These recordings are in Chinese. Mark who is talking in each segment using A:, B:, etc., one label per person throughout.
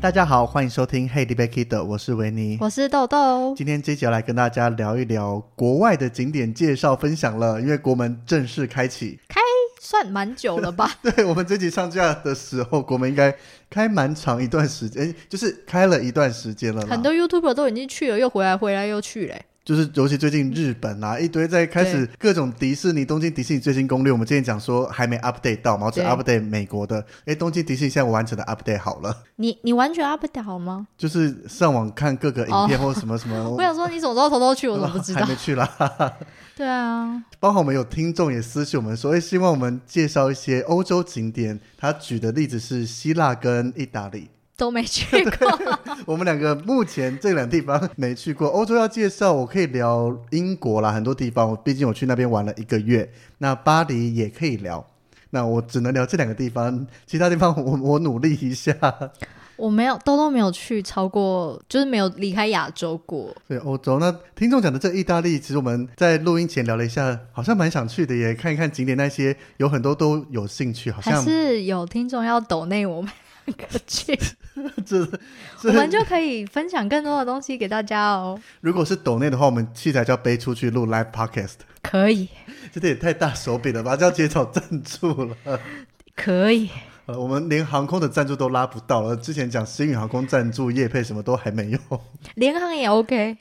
A: 大家好，欢迎收听《Hey, d e b a k i d 我是维尼。
B: 我是豆豆。
A: 今天这一集要来跟大家聊一聊国外的景点介绍分享了，因为国门正式开启。？
B: 算蛮久了吧
A: 对我们这集上架的时候，国门应该开蛮长一段时间，诶哎就是开了一段时间了啦。
B: 很多 YouTuber 都已经去了，又回来，回来又去嘞、
A: 就是尤其最近日本啊，一堆在开始各种迪士尼、东京迪士尼最新攻略。我们之前讲说还没 update 到嘛，我只
B: 对
A: update 美国的。诶，东京迪士尼现在完整的 update 好了，
B: 你你完全 up 得好吗？
A: 就是上网看各个影片或什么什么。
B: 哦 我想说你什么时候偷偷去，我怎么不知道
A: 还？没去啦。
B: 对啊，
A: 包括我们有听众也私信我们说，诶，希望我们介绍一些欧洲景点。他举的例子是希腊跟意大利。
B: 都没 去过。
A: 我们两个目前这两地方没去过，欧洲要介绍，我可以聊英国啦，很多地方，我毕竟我去那边玩了一个月。那巴黎也可以聊，那我只能聊这两个地方，其他地方我我努力一下。
B: 我没有，豆豆没有去超过，就是没有离开亚洲过。
A: 所以欧洲，那听众讲的这意大利，其实我们在录音前聊了一下，好像蛮想去的耶，看一看景点那些，有很多都有兴趣，好
B: 还
A: 像
B: 是有听众要抖内我们两个去，
A: 这
B: 我
A: 这
B: 们就可以分享更多的东西给大家哦。
A: 如果是岛内的话，我们器材就要背出去录 live podcast，
B: 可以，
A: 这也太大手笔了吧，就要接找赞助了。
B: 可以，
A: 呃，我们连航空的赞助都拉不到了。之前讲星宇航空赞助、业配什么都还没有。
B: 联航也 OK，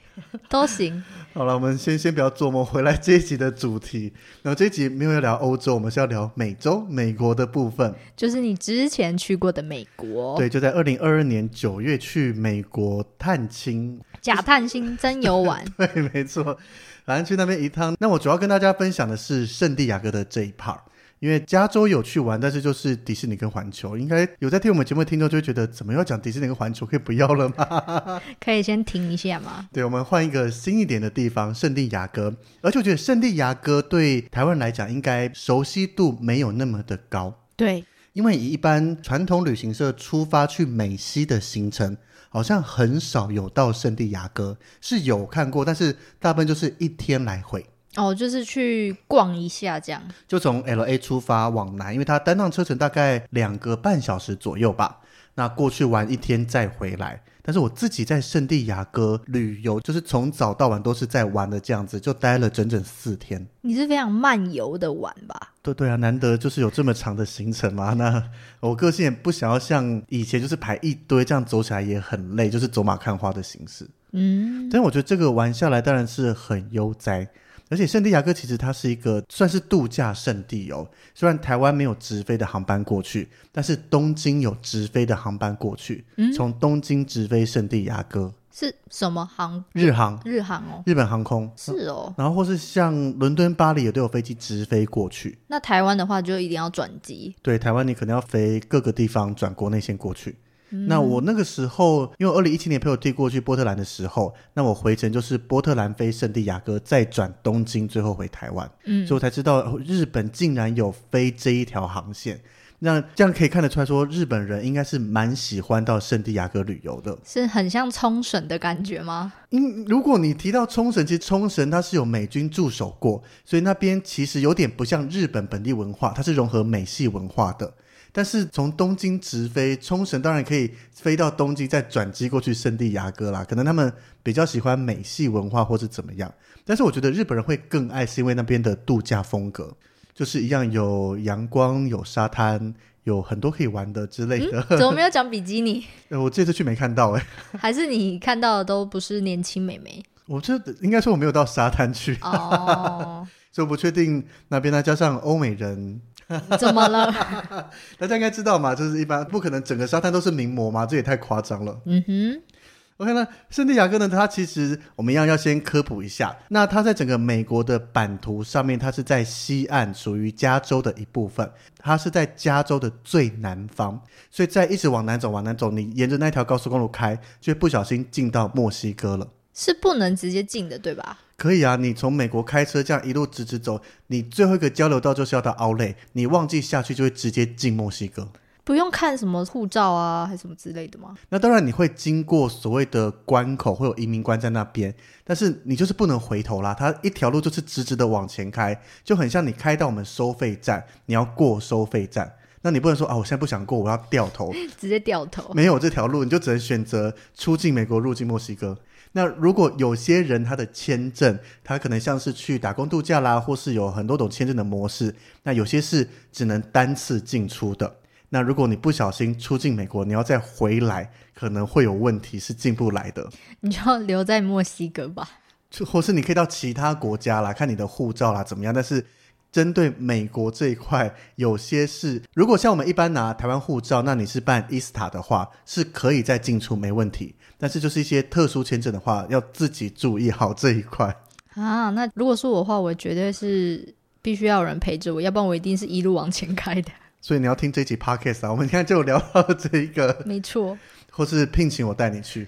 B: 都 行。
A: 好了，我们先先不要做梦，回来这一集的主题。然后这一集没有要聊欧洲，我们是要聊美洲、美国的部分。
B: 就是你之前去过的美国，
A: 对，就在二零二二年九月去美国探亲。
B: 假探星真游玩。
A: 对，没错，反正去那边一趟。那我主要跟大家分享的是圣地亚哥的这一 part。因为加州有去玩，但是就是迪士尼跟环球，应该有在听我们节目的听众就会觉得，怎么又要讲迪士尼跟环球，可以不要了吗？
B: 可以先停一下吗？
A: 对，我们换一个新一点的地方，圣地亚哥。而且我觉得圣地亚哥对台湾人来讲，应该熟悉度没有那么的高，
B: 对，
A: 因为以一般传统旅行社出发去美西的行程，好像很少有到圣地亚哥，是有看过，但是大部分就是一天来回。
B: 哦，就是去逛一下这样。
A: 就从 L A 出发往南，因为它单趟车程大概两个半小时左右吧。那过去玩一天再回来，但是我自己在圣地亚哥旅游，就是从早到晚都是在玩的这样子，就待了整整四天。
B: 你是非常漫游的玩吧？
A: 对对啊，难得就是有这么长的行程嘛。 那我个性也不想要像以前就是排一堆这样走起来也很累，就是走马看花的形式。
B: 嗯，
A: 但我觉得这个玩下来当然是很悠哉，而且圣地亚哥其实它是一个算是度假胜地哦。虽然台湾没有直飞的航班过去，但是东京有直飞的航班过去，从东京直飞圣地亚哥，
B: 是什么航？
A: 日航、
B: 日航哦，
A: 日本航空，
B: 是哦。
A: 然后或是像伦敦、巴黎也都有飞机直飞过去。
B: 那台湾的话就一定要转机。
A: 对，台湾你可能要飞各个地方转国内线过去。那我那个时候，因为二零一七年陪我弟过去波特兰的时候，那我回程就是波特兰飞圣地亚哥，再转东京，最后回台湾，
B: 嗯
A: 所以我才知道哦日本竟然有飞这一条航线。那这样可以看得出来说，日本人应该是蛮喜欢到圣地亚哥旅游的。
B: 是很像冲绳的感觉吗？
A: 嗯，如果你提到冲绳，其实冲绳它是有美军驻守过，所以那边其实有点不像日本本地文化，它是融合美系文化的。但是从东京直飞冲绳，当然可以飞到东京，再转机过去圣地亚哥啦。可能他们比较喜欢美系文化或是怎么样，但是我觉得日本人会更爱，是因为那边的度假风格，就是一样有阳光、有沙滩、有很多可以玩的之类的。
B: 嗯怎么没有讲比基尼？
A: 呃 我这次去没看到哎、
B: 还是你看到的都不是年轻美眉？
A: 我这应该说我没有到沙滩去，
B: 哦，
A: 所以我不确定那边。再加上欧美人，
B: 怎么了？
A: 大家应该知道嘛，就是一般不可能整个沙滩都是名模嘛，这也太夸张了。
B: 嗯哼，
A: OK 呢，圣地亚哥呢，它其实我们一样要先科普一下。那它在整个美国的版图上面，它是在西岸，属于加州的一部分。它是在加州的最南方，所以再一直往南走，往南走，你沿着那条高速公路开，就会不小心进到墨西哥了。
B: 是不能直接进的，对吧？
A: 可以啊，你从美国开车这样一路直直走，你最后一个交流道就是要到奥雷，你忘记下去就会直接进墨西哥。
B: 不用看什么护照啊，还什么之类的吗？
A: 那当然你会经过所谓的关口，会有移民官在那边，但是你就是不能回头啦，它一条路就是直直的往前开，就很像你开到我们收费站，你要过收费站，那你不能说啊，我现在不想过，我要掉头，
B: 直接掉头。
A: 没有这条路，你就只能选择出境美国，入境墨西哥。那如果有些人他的签证，他可能像是去打工度假啦，或是有很多种签证的模式，那有些是只能单次进出的。那如果你不小心出境美国，你要再回来，可能会有问题，是进不来的。
B: 你就要留在墨西哥吧。
A: 就或是你可以到其他国家啦，看你的护照啦怎么样。但是针对美国这一块，有些是如果像我们一般拿台湾护照，那你是办 E ISTA 的话，是可以再进出没问题。但是就是一些特殊签证的话，要自己注意好这一块。
B: 啊，那如果是我的话，我绝对是必须要有人陪着我，要不然我一定是一路往前开的。
A: 所以你要听这一集 podcast 啊，我们现在就聊到这一个，
B: 没错，
A: 或是聘请我带你去，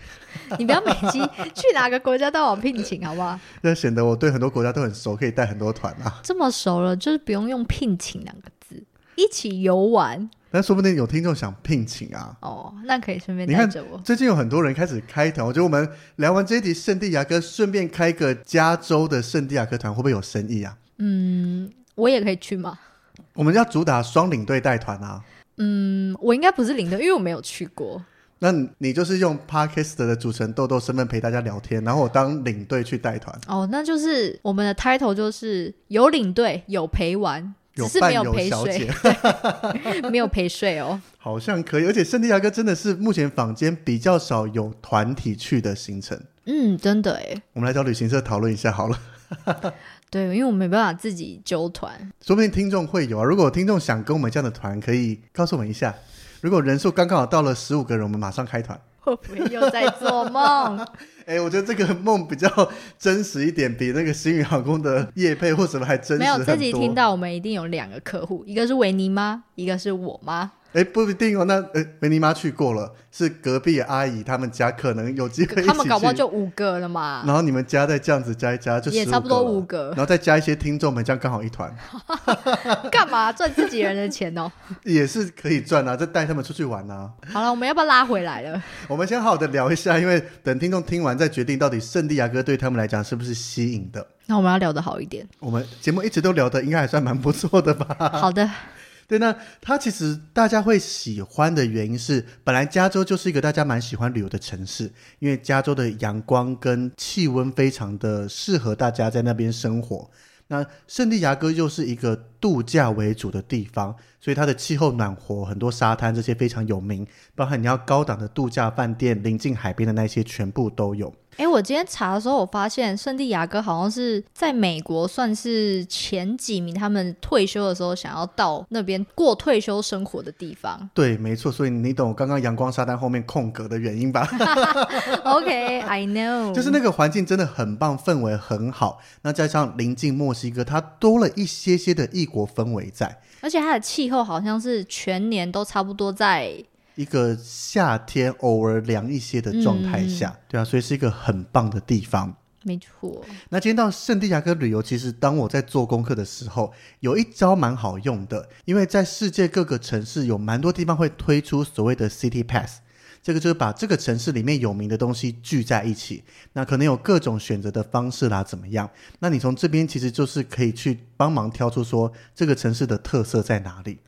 B: 你不要每集去哪个国家都往聘请，好不好？
A: 那显得我对很多国家都很熟，可以带很多团啊。
B: 这么熟了，就是不用用聘请两个字，一起游玩
A: 但说不定有听众想聘请啊，
B: 哦，那可以顺便
A: 你
B: 带
A: 看
B: 着我。
A: 最近有很多人开始开团，我觉得我们聊完这一题圣地亚哥，顺便开个加州的圣地亚哥团，会不会有生意啊？
B: 嗯，我也可以去吗？
A: 我们要主打双领队带团啊。
B: 嗯，我应该不是领队，因为我没有去过。
A: 那你你就是用 Podcast 的主持人豆豆身份陪大家聊天，然后我当领队去带团，
B: 哦，那就是我们的 title 就是有领队，有陪玩，只是
A: 伴
B: 没
A: 游
B: 陪
A: 小
B: 睡，
A: 姐，
B: 没有陪睡哦。
A: 好像可以。而且圣地亚哥真的是目前坊间比较少有团体去的行程，
B: 嗯，真的哎，
A: 我们来找旅行社讨论一下好了。
B: 对，因为我没办法自己揪团，
A: 说不定听众会有啊。如果有听众想跟我们这样的团，可以告诉我们一下。如果人数刚刚好到了十五个人，我们马上开团。
B: 会不会又在做梦？
A: 哎、我觉得这个梦比较真实一点，比那个星宇航空的夜配或什么还 真实
B: 没有，
A: 很
B: 这
A: 多。
B: 集听到我们一定有两个客户，一个是维尼妈，一个是我妈。
A: 哎、不一定哦。那哎，维、尼妈去过了，是隔壁阿姨他们家，可能有机会一起去。
B: 他们搞不好就五个了嘛，
A: 然后你们家再这样子加一加，就
B: 也
A: 15
B: 差不多
A: 个了
B: 五个
A: 然，后再加一些听众们，这样刚好一团，
B: 干嘛赚自己人的钱 哦？
A: 也是可以赚啊。再带他们出去玩啊。
B: 好了，我们要不要拉回来了？
A: 我们先好好的聊一下，因为等听众听完再决定到底圣地亚哥对他们来讲是不是吸引的。
B: 那我们要聊得好一点。
A: 我们节目一直都聊的应该还算蛮不错的吧？
B: 好的，
A: 对，那它其实大家会喜欢的原因是，本来加州就是一个大家蛮喜欢旅游的城市，因为加州的阳光跟气温非常的适合大家在那边生活。那圣地亚哥又是一个度假为主的地方，所以它的气候暖和，很多沙滩这些非常有名，包含你要高档的度假饭店、临近海边的那些，全部都有。
B: 哎，我今天查的时候，我发现圣地亚哥好像是在美国算是前几名，他们退休的时候想要到那边过退休生活的地 方。
A: 对，没错，所以你懂我刚刚阳光沙滩后面空格的原因吧？
B: OK，I、know，
A: 就是那个环境真的很棒，氛围很好。那加上临近墨西哥，它多了一些些的异国氛围在，
B: 而且它的气候好像是全年都差不多在，
A: 一个夏天偶尔凉一些的状态下，对啊，所以是一个很棒的地方。
B: 没错，
A: 那今天到圣地亚哥旅游，其实当我在做功课的时候，有一招蛮好用的，因为在世界各个城市有蛮多地方会推出所谓的 City Pass。这个就是把这个城市里面有名的东西聚在一起，那可能有各种选择的方式啦，怎么样？那你从这边其实就是可以去帮忙挑出说这个城市的特色在哪里。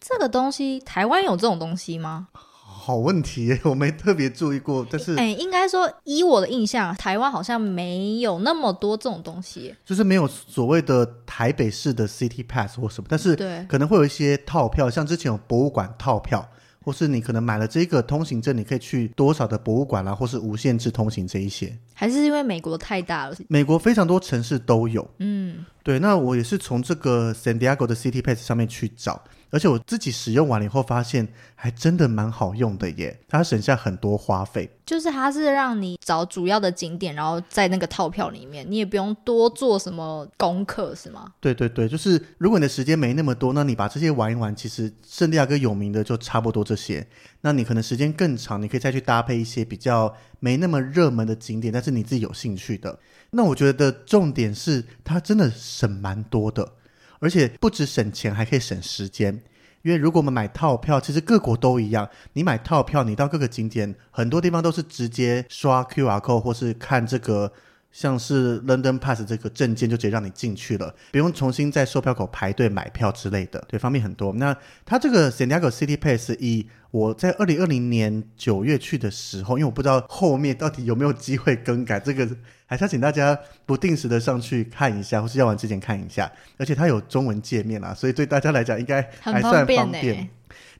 B: 这个东西台湾有这种东西吗？
A: 好问题耶，我没特别注意过。但是
B: 哎、应该说以我的印象，台湾好像没有那么多这种东西耶。
A: 就是没有所谓的台北市的 City Pass 或什么，但是
B: 对
A: 可能会有一些套票，像之前有博物馆套票，或是你可能买了这个通行证，你可以去多少的博物馆啦、啊或是无限制通行这一些。
B: 还是因为美国太大了，
A: 美国非常多城市都有。
B: 嗯，
A: 对，那我也是从这个 San Diego 的 City Pass 上面去找，而且我自己使用完了以后发现，还真的蛮好用的耶，它省下很多花费。
B: 就是它是让你找主要的景点，然后在那个套票里面，你也不用多做什么功课，是吗？
A: 对对对，就是如果你的时间没那么多，那你把这些玩一玩，其实圣地亚哥有名的就差不多这些。那你可能时间更长，你可以再去搭配一些比较没那么热门的景点，但是你自己有兴趣的。那我觉得重点是它真的省蛮多的，而且不止省钱，还可以省时间。因为如果我们买套票，其实各国都一样，你买套票，你到各个景点，很多地方都是直接刷 QR code 或是看这个像是 London Pass 这个证件就直接让你进去了，不用重新在售票口排队买票之类的，对，方便很多。那它这个 San Diego City Pass 以我在二零二零年九月去的时候，因为我不知道后面到底有没有机会更改，这个 还是要请大家不定时的上去看一下，或是要玩之前看一下。而且它有中文界面啊，所以对大家来讲应该
B: 很
A: 还算
B: 方便
A: 方
B: 呢
A: 便。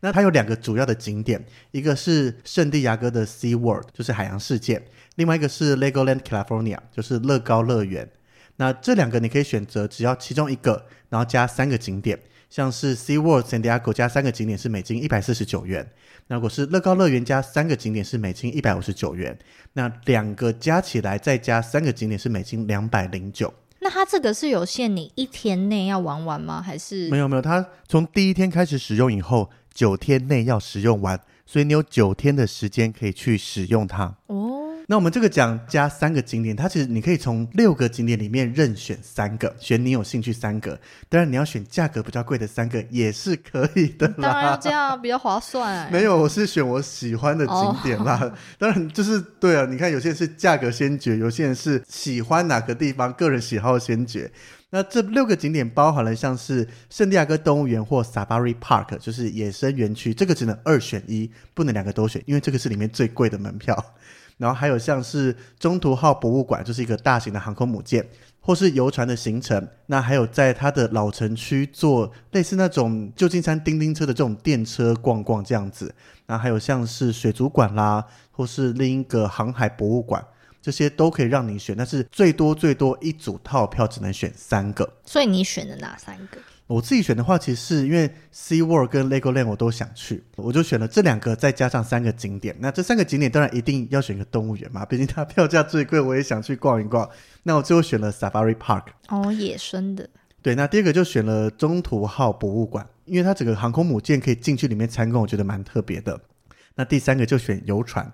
A: 那它有两个主要的景点，一个是圣地亚哥的 Sea World，就是海洋世界；另外一个是 Legoland California，就是乐高乐园。那这两个你可以选择只要其中一个，然后加三个景点，像是 Sea World San Diego 加三个景点是美金一百四十九元，那如果是乐高乐园加三个景点是美金一百五十九元，那两个加起来再加三个景点是美金两百零九。
B: 那它这个是有限你一天内要玩完吗？还是
A: 没有没有，它从第一天开始使用以后，九天内要使用完，所以你有九天的时间可以去使用它。
B: 哦？
A: 那我们这个奖加三个景点，它其实你可以从六个景点里面任选三个，选你有兴趣三个。当然你要选价格比较贵的三个也是可以的啦。
B: 当然要这样比较划算、
A: 没有，我是选我喜欢的景点啦。 当然就是对啊，你看有些人是价格先决，有些人是喜欢哪个地方，个人喜好先决。那这六个景点包含了像是圣地亚哥动物园或 Safari Park，就是野生园区，这个只能二选一，不能两个都选，因为这个是里面最贵的门票。 然后还有像是中途号博物馆，就是一个大型的航空母舰，或是游船的行程。那还有在它的老城区做类似那种旧金山叮叮车的这种电车逛逛这样子。那还有像是水族馆啦，或是另一个航海博物馆，这些都可以让你选。但是最多最多一组套票只能选三个。
B: 所以你选的哪三个？
A: 我自己选的话，其实是因为 Sea World 跟 Legoland 我都想去，我就选了这两个，再加上三个景点。那这三个景点当然一定要选一个动物园嘛，毕竟它票价最贵，我也想去逛一逛。那我最后选了 Safari Park。
B: 哦，野生的。
A: 对，那第二个就选了中途号博物馆，因为它整个航空母舰可以进去里面参观，我觉得蛮特别的。那第三个就选游船，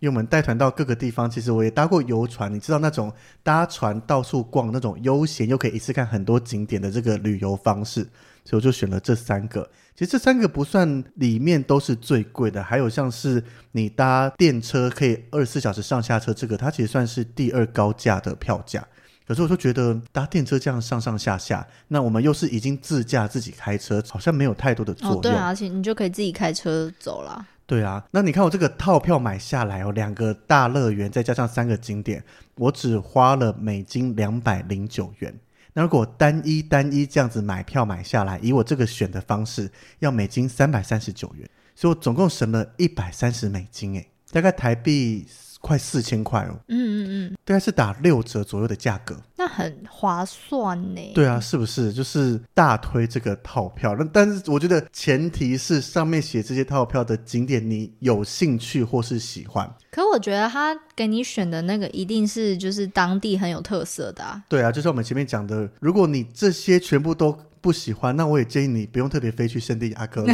A: 因为我们带团到各个地方，其实我也搭过游船，你知道那种搭船到处逛那种悠闲又可以一次看很多景点的这个旅游方式，所以我就选了这三个。其实这三个不算里面都是最贵的，还有像是你搭电车可以二十四小时上下车，这个它其实算是第二高价的票价。可是我就觉得搭电车这样上上下下，那我们又是已经自驾自己开车，好像没有太多的作
B: 哦
A: 用。，
B: 对啊，而且你就可以自己开车走啦。
A: 对啊，那你看我这个套票买下来哦，两个大乐园再加上三个景点，我只花了美金两百零九元。那如果单一单一这样子买票买下来，以我这个选的方式，要美金三百三十九元，所以我总共省了一百三十美金，诶，大概台币快四千块哦，
B: 嗯嗯嗯，
A: 大概是打六折左右的价格。
B: 那很划算呢。
A: 对啊，是不是就是大推这个套票？那但是我觉得前提是上面写这些套票的景点你有兴趣或是喜欢。
B: 可我觉得他给你选的那个一定是就是当地很有特色的啊。
A: 对啊，就像我们前面讲的，如果你这些全部都不喜欢，那我也建议你不用特别飞去圣地亚 哥了，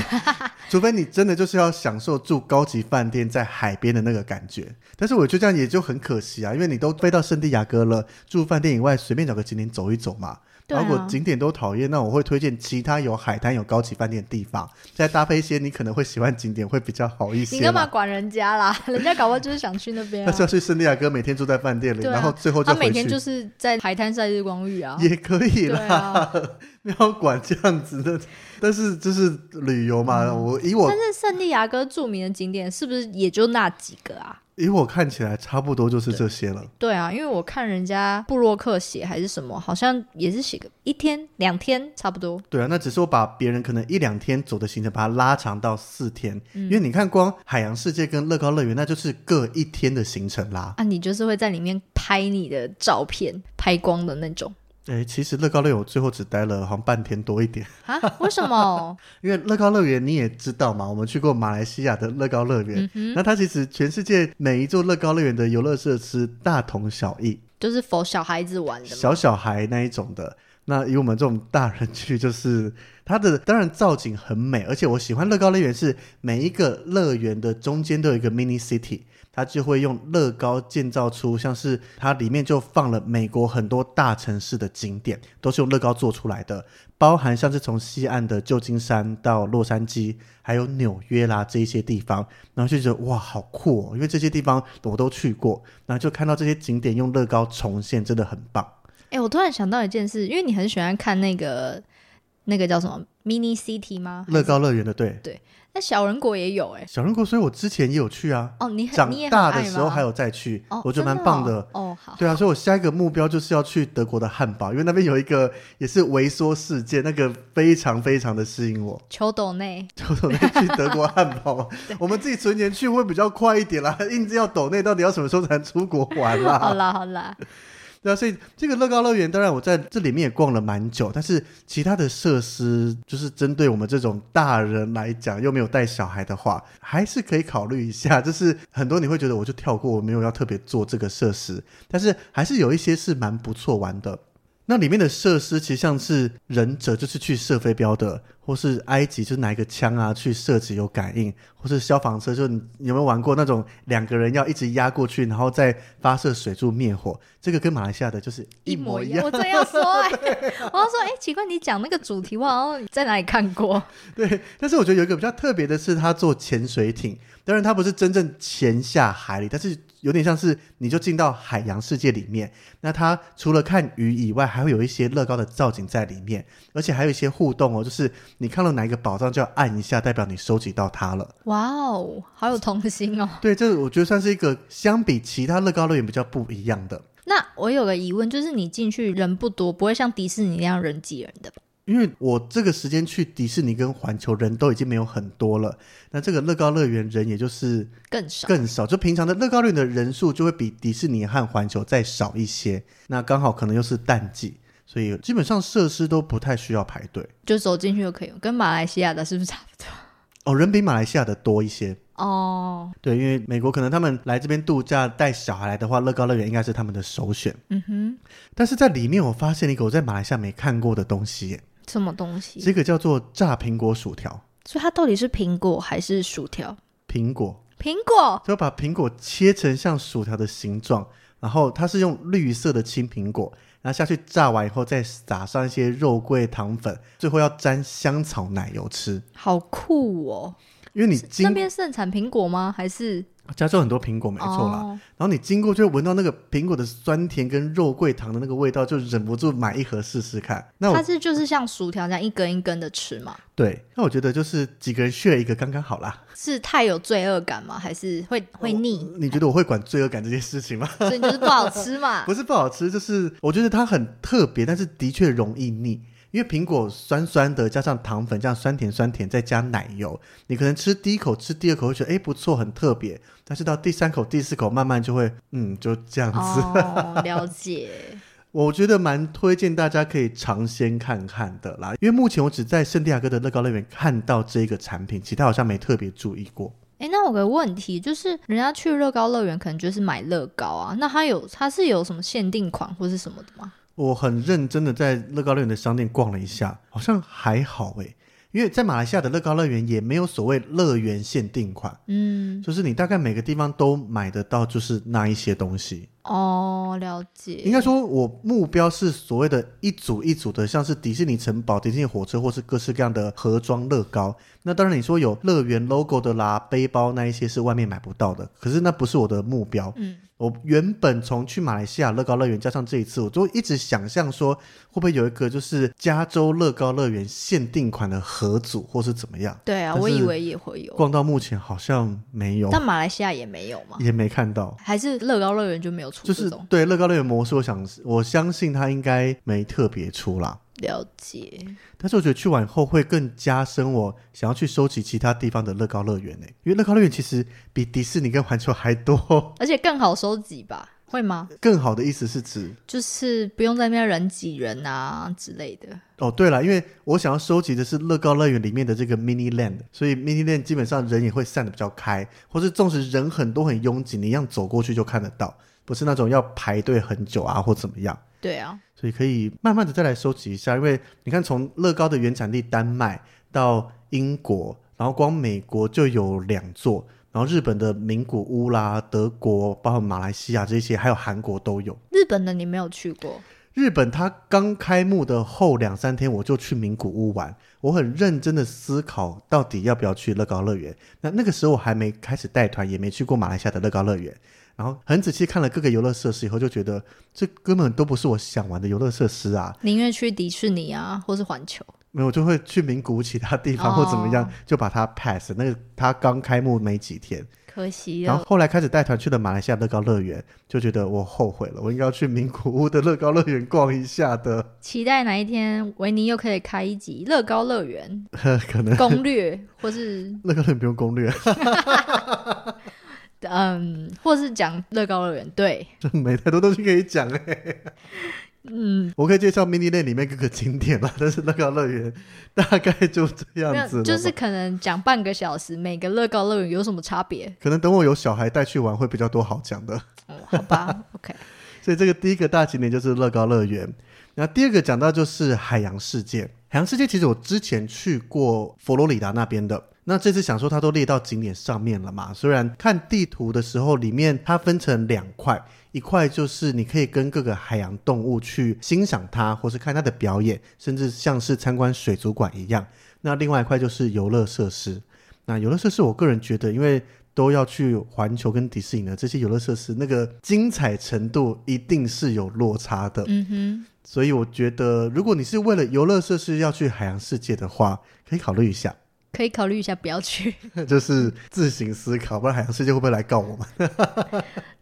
A: 除非你真的就是要享受住高级饭店在海边的那个感觉。但是我觉得这样也就很可惜啊，因为你都飞到圣地亚哥了，住饭店以外随便找个景点走一走嘛。
B: 对啊
A: 如果景点都讨厌，那我会推荐其他有海滩、有高级饭店的地方，再搭配一些你可能会喜欢景点会比较好一些
B: 你
A: 啦。
B: 干嘛管人家啦？ 人家搞不好就是想去那 边、
A: 那
B: 啊
A: 就。要去圣地亚哥，每天住在饭店里，
B: 对啊
A: 然后最后
B: 他
A: 再
B: 每
A: 回
B: 天就
A: 去。
B: 是在海滩晒日光浴啊。
A: 也可以
B: 对
A: 啦，
B: 啊，
A: 不要管这样子的。但是就是旅游嘛，我以我
B: 嗯但是圣地亚哥著名的景点是不是也就那几个啊？
A: 以我看起来，差不多就是这些了。
B: 对啊，因为我看人家布洛克写还是什么，好像也是写个一天两天差不多。
A: 对啊，那只是我把别人可能一两天走的行程，把它拉长到四天，
B: 嗯
A: 因为你看，光海洋世界跟乐高乐园，那就是各一天的行程啦。
B: 啊，你就是会在里面拍你的照片，拍光的那种
A: 诶，其实乐高乐园我最后只待了好像半天多一点，
B: 啊？为什么？
A: 因为乐高乐园你也知道嘛，我们去过马来西亚的乐高乐园，
B: 嗯
A: 那它其实全世界每一座乐高乐园的游乐设施大同小异，
B: 就是否小孩子玩的嘛？
A: 小小孩那一种的。那以我们这种大人去，就是它的当然造景很美，而且我喜欢乐高乐园是每一个乐园的中间都有一个 mini city，它就会用乐高建造出像是它里面就放了美国很多大城市的景点，都是用乐高做出来的，包含像是从西岸的旧金山到洛杉矶，还有纽约啦这一些地方，然后就觉得哇好酷哦，因为这些地方我都去过，然后就看到这些景点用乐高重现，真的很棒。
B: 哎、我突然想到一件事，因为你很喜欢看那个那个叫什么 Mini City 吗？
A: 乐高乐园的，对，
B: 那小人国也有哎、
A: 小人国，所以我之前也有去啊，
B: 哦，你很
A: 长
B: 你也很
A: 大的
B: 爱
A: 时候
B: 吗
A: 还有再去，
B: 哦，
A: 我觉得
B: 真
A: 蛮棒
B: 的
A: 的。
B: 哦。哦好，
A: 对啊，所以我下一个目标就是要去德国的汉堡，因为那边有一个也是微缩世界，那个非常非常的吸引我。
B: 求斗内
A: 就我们去德国汉 堡，我们自己存钱去会比较快一点啦。硬是要抖内，到底要什么时候才能出国玩啦？
B: 好啦 好啦，
A: 对啊，所以这个乐高乐园，当然我在这里面也逛了蛮久，但是其他的设施，就是针对我们这种大人来讲，又没有带小孩的话，还是可以考虑一下。就是很多你会觉得我就跳过，我没有要特别做这个设施，但是还是有一些是蛮不错玩的。那里面的设施其实像是忍者，就是去射飞镖的，或是埃及就是拿一个枪啊去射击有感应，或是消防车，就你你有没有玩过那种两个人要一直压过去，然后再发射水柱灭火？这个跟马来西亚的就是一模一样。
B: 我正要说哎、我要说哎、奇怪，你讲那个主题，我好像在哪里看过？
A: 对，但是我觉得有一个比较特别的是，它做潜水艇，当然它不是真正潜下海里，但是有点像是你就进到海洋世界里面。那它除了看鱼以外，还会有一些乐高的造景在里面，而且还有一些互动哦，就是你看到哪一个宝藏就要按一下，代表你收集到它了。
B: 哇哦，好有童心哦！
A: 对，这我觉得算是一个相比其他乐高乐园比较不一样的。
B: 那我有个疑问，就是你进去人不多，不会像迪士尼那样人挤人的吧？
A: 因为我这个时间去迪士尼跟环球人都已经没有很多了，那这个乐高乐园人也就是
B: 更少。
A: 更少，就平常的乐高乐园的人数就会比迪士尼和环球再少一些。那刚好可能又是淡季，所以基本上设施都不太需要排队。
B: 就走进去就可以了，跟马来西亚的是不是差不多？
A: 哦，人比马来西亚的多一些。
B: 哦，
A: 对，因为美国可能他们来这边度假带小孩来的话，乐高乐园应该是他们的首选。
B: 嗯哼，
A: 但是在里面我发现了一个我在马来西亚没看过的东西耶，
B: 什么东西？
A: 这个叫做炸苹果薯条。
B: 所以它到底是苹果还是薯条？
A: 苹果
B: 苹果
A: 就把苹果切成像薯条的形状，然后它是用绿色的青苹果，然后下去炸完以后再撒上一些肉桂糖粉，最后要沾香草奶油吃。
B: 好酷哦！
A: 因为你
B: 那
A: 经
B: 边盛产苹果吗？还是
A: 加州很多苹果没错啦，
B: 哦
A: 然后你经过就会闻到那个苹果的酸甜跟肉桂糖的那个味道，就忍不住买一盒试试看。那
B: 它
A: 我
B: 是就是像薯条这样一根一根的吃嘛？
A: 对，那我觉得就是几个人 share 一个刚刚好啦。
B: 是太有罪恶感吗？还是哦会会腻？
A: 你觉得我会管罪恶感这件事情吗？
B: 所以就是不好吃 嘛
A: 不？是不好吃，就是我觉得它很特别，但是的确容易腻。因为苹果酸酸的，加上糖粉，这样酸甜酸甜，再加奶油，你可能吃第一口、吃第二口会觉得哎不错，很特别，但是到第三口、第四口，慢慢就会嗯就这样子。
B: 哦，了解。
A: 我觉得蛮推荐大家可以尝鲜看看的啦，因为目前我只在圣地亚哥的乐高乐园看到这个产品，其他好像没特别注意过。
B: 哎，那我有个问题就是，人家去乐高乐园可能就是买乐高啊，那它有它是有什么限定款或是什么的吗？
A: 我很认真的在乐高乐园的商店逛了一下，好像还好诶，因为在马来西亚的乐高乐园也没有所谓乐园限定款，
B: 嗯，
A: 就是你大概每个地方都买得到，就是那一些东西。
B: 哦，了解。
A: 应该说，我目标是所谓的一组一组的，像是迪士尼城堡、迪士尼火车，或是各式各样的盒装乐高。那当然，你说有乐园 logo 的啦，背包那一些是外面买不到的，可是那不是我的目标。
B: 嗯，
A: 我原本从去马来西亚乐高乐园，加上这一次，我就一直想象说，会不会有一个就是加州乐高乐园限定款的合组，或是怎么样？
B: 对啊，
A: 但
B: 我以
A: 是
B: 为也会有，
A: 逛到目前好像没有，
B: 但马来西亚也没有嘛，
A: 也没看到。
B: 还是乐高乐园就没有出
A: 就
B: 这
A: 是
B: 种。
A: 对乐高乐园模式，我想我相信它应该没特别出啦。
B: 了解，
A: 但是我觉得去完后会更加深我想要去收集其他地方的乐高乐园呢，欸因为乐高乐园其实比迪士尼跟环球还多。
B: 而且更好收集吧？会吗？
A: 更好的意思是指
B: 就是不用在那边人挤人啊之类的。
A: 哦，对了，因为我想要收集的是乐高乐园里面的这个 mini land，所以 mini land 基本上人也会散的比较开，或是纵使人很多很拥挤，你一样走过去就看得到，不是那种要排队很久啊或怎么样。
B: 对啊，
A: 所以可以慢慢的再来收集一下，因为你看，从乐高的原产地丹麦到英国，然后光美国就有两座，然后日本的名古屋啦、德国，包括马来西亚这些，还有韩国都有。
B: 日本的你没有去过，
A: 日本它刚开幕的后两三天，我就去名古屋玩，我很认真的思考到底要不要去乐高乐园。那那个时候我还没开始带团，也没去过马来西亚的乐高乐园。然后很仔细看了各个游乐设施以后，就觉得这根本都不是我想玩的游乐设施啊！
B: 宁愿去迪士尼啊，或是环球。
A: 没有，就会去名古屋其他地方或怎么样，
B: 哦
A: 就把它 pass。那个它刚开幕没几天，
B: 可惜
A: 然后
B: 了，
A: 后来开始带团去了马来西亚乐高乐园，就觉得我后悔了，我应该要去名古屋的乐高乐园逛一下的，
B: 期待哪一天维尼又可以开一集乐高乐园
A: 可能
B: 攻略，或是
A: 乐高乐园不用攻略，
B: 嗯，或是讲乐高乐园。对，
A: 没太多东西可以讲哎、
B: 嗯，
A: 我可以介绍 mini land 里面各个景点啦，但是乐高乐园大概就这
B: 没
A: 样子了吧，
B: 有，就是可能讲半个小时，每个乐高乐园有什么差别？
A: 可能等我有小孩带去玩会比较多好讲的。
B: 哦，好吧 ，OK，
A: 所以这个第一个大景点就是乐高乐园，那第二个讲到就是海洋世界。海洋世界其实我之前去过佛罗里达那边的，那这次想说它都列到景点上面了嘛，虽然看地图的时候里面它分成两块，一块就是你可以跟各个海洋动物去欣赏它，或是看它的表演，甚至像是参观水族馆一样。那另外一块就是游乐设施。那游乐设施，我个人觉得，因为都要去环球跟迪士尼呢，这些游乐设施那个精彩程度一定是有落差的。
B: 嗯哼，
A: 所以我觉得，如果你是为了游乐设施要去海洋世界的话，可以考虑一下，
B: 可以考虑一下不要去。
A: 就是自行思考，不然海洋世界会不会来告我们？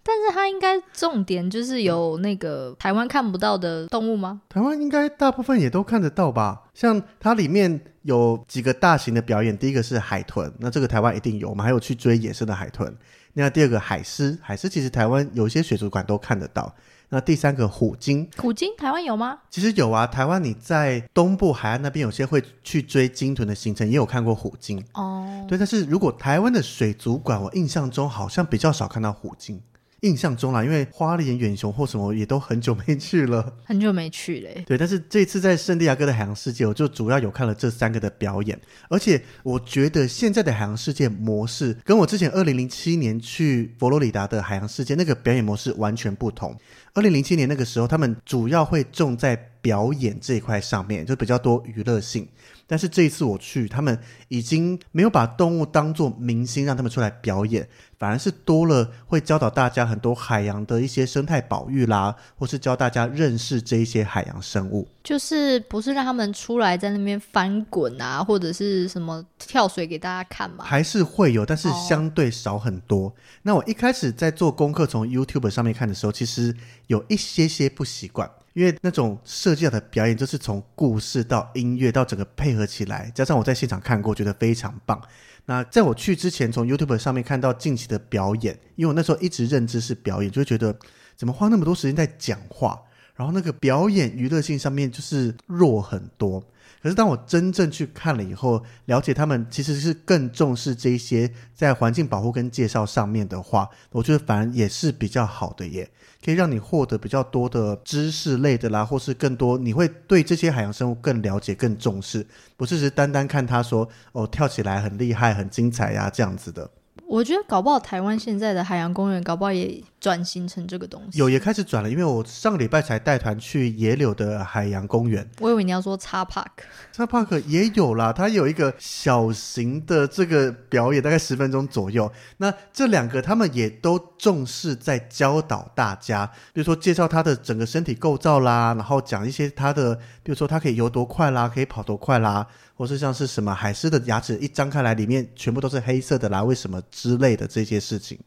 B: 但是它应该重点
A: 嗯
B: 就是有那个台湾看不到的动物吗？
A: 台湾应该大部分也都看得到吧？像它里面有几个大型的表演，第一个是海豚，那这个台湾一定有，我们还有去追野生的海豚。那第二个海狮，海狮其实台湾有一些水族馆都看得到。那第三个虎鲸，
B: 虎鲸台湾有吗？
A: 其实有啊，台湾你在东部海岸那边有些会去追鲸豚的行程，也有看过虎鲸。
B: 哦，
A: 对，但是如果台湾的水族馆，我印象中好像比较少看到虎鲸。印象中啦，因为花莲远雄或什么也都很久没去了。
B: 很久没去嘞。
A: 对，但是这次在圣地亚哥的海洋世界，我就主要有看了这三个的表演，而且我觉得现在的海洋世界模式跟我之前二零零七年去佛罗里达的海洋世界那个表演模式完全不同。二零零七年那个时候，他们主要会重在表演这一块上面，就比较多娱乐性。但是这一次我去，他们已经没有把动物当做明星让他们出来表演，反而是多了会教导大家很多海洋的一些生态保育啦，或是教大家认识这一些海洋生物。
B: 就是不是让他们出来在那边翻滚啊，或者是什么跳水给大家看嘛？
A: 还是会有，但是
B: 哦
A: 相对少很多。那我一开始在做功课，从 YouTube 上面看的时候，其实有一些些不习惯，因为那种设计好的表演，就是从故事到音乐到整个配合起来，加上我在现场看过，觉得非常棒。那在我去之前，从 YouTube 上面看到近期的表演，因为我那时候一直认知是表演，就会觉得怎么花那么多时间在讲话，然后那个表演娱乐性上面就是弱很多。可是当我真正去看了以后，了解他们其实是更重视这一些在环境保护跟介绍上面的话，我觉得反而也是比较好的耶，可以让你获得比较多的知识类的啦，或是更多你会对这些海洋生物更了解、更重视，不是只是单单看他说哦跳起来啊很厉害、很精彩呀、这样子的。
B: 我觉得搞不好台湾现在的海洋公园搞不好也转型成这个东西。
A: 有也开始转了，因为我上个礼拜才带团去野柳的海洋公园，
B: 我以为你要说插 park，
A: 它 park 也有啦，它有一个小型的这个表演，大概十分钟左右。那这两个他们也都重视在教导大家，比如说介绍他的整个身体构造啦，然后讲一些他的，比如说他可以游多快啦，可以跑多快啦，或是像是什么海狮的牙齿一张开来，里面全部都是黑色的啦，为什么之类的这些事情。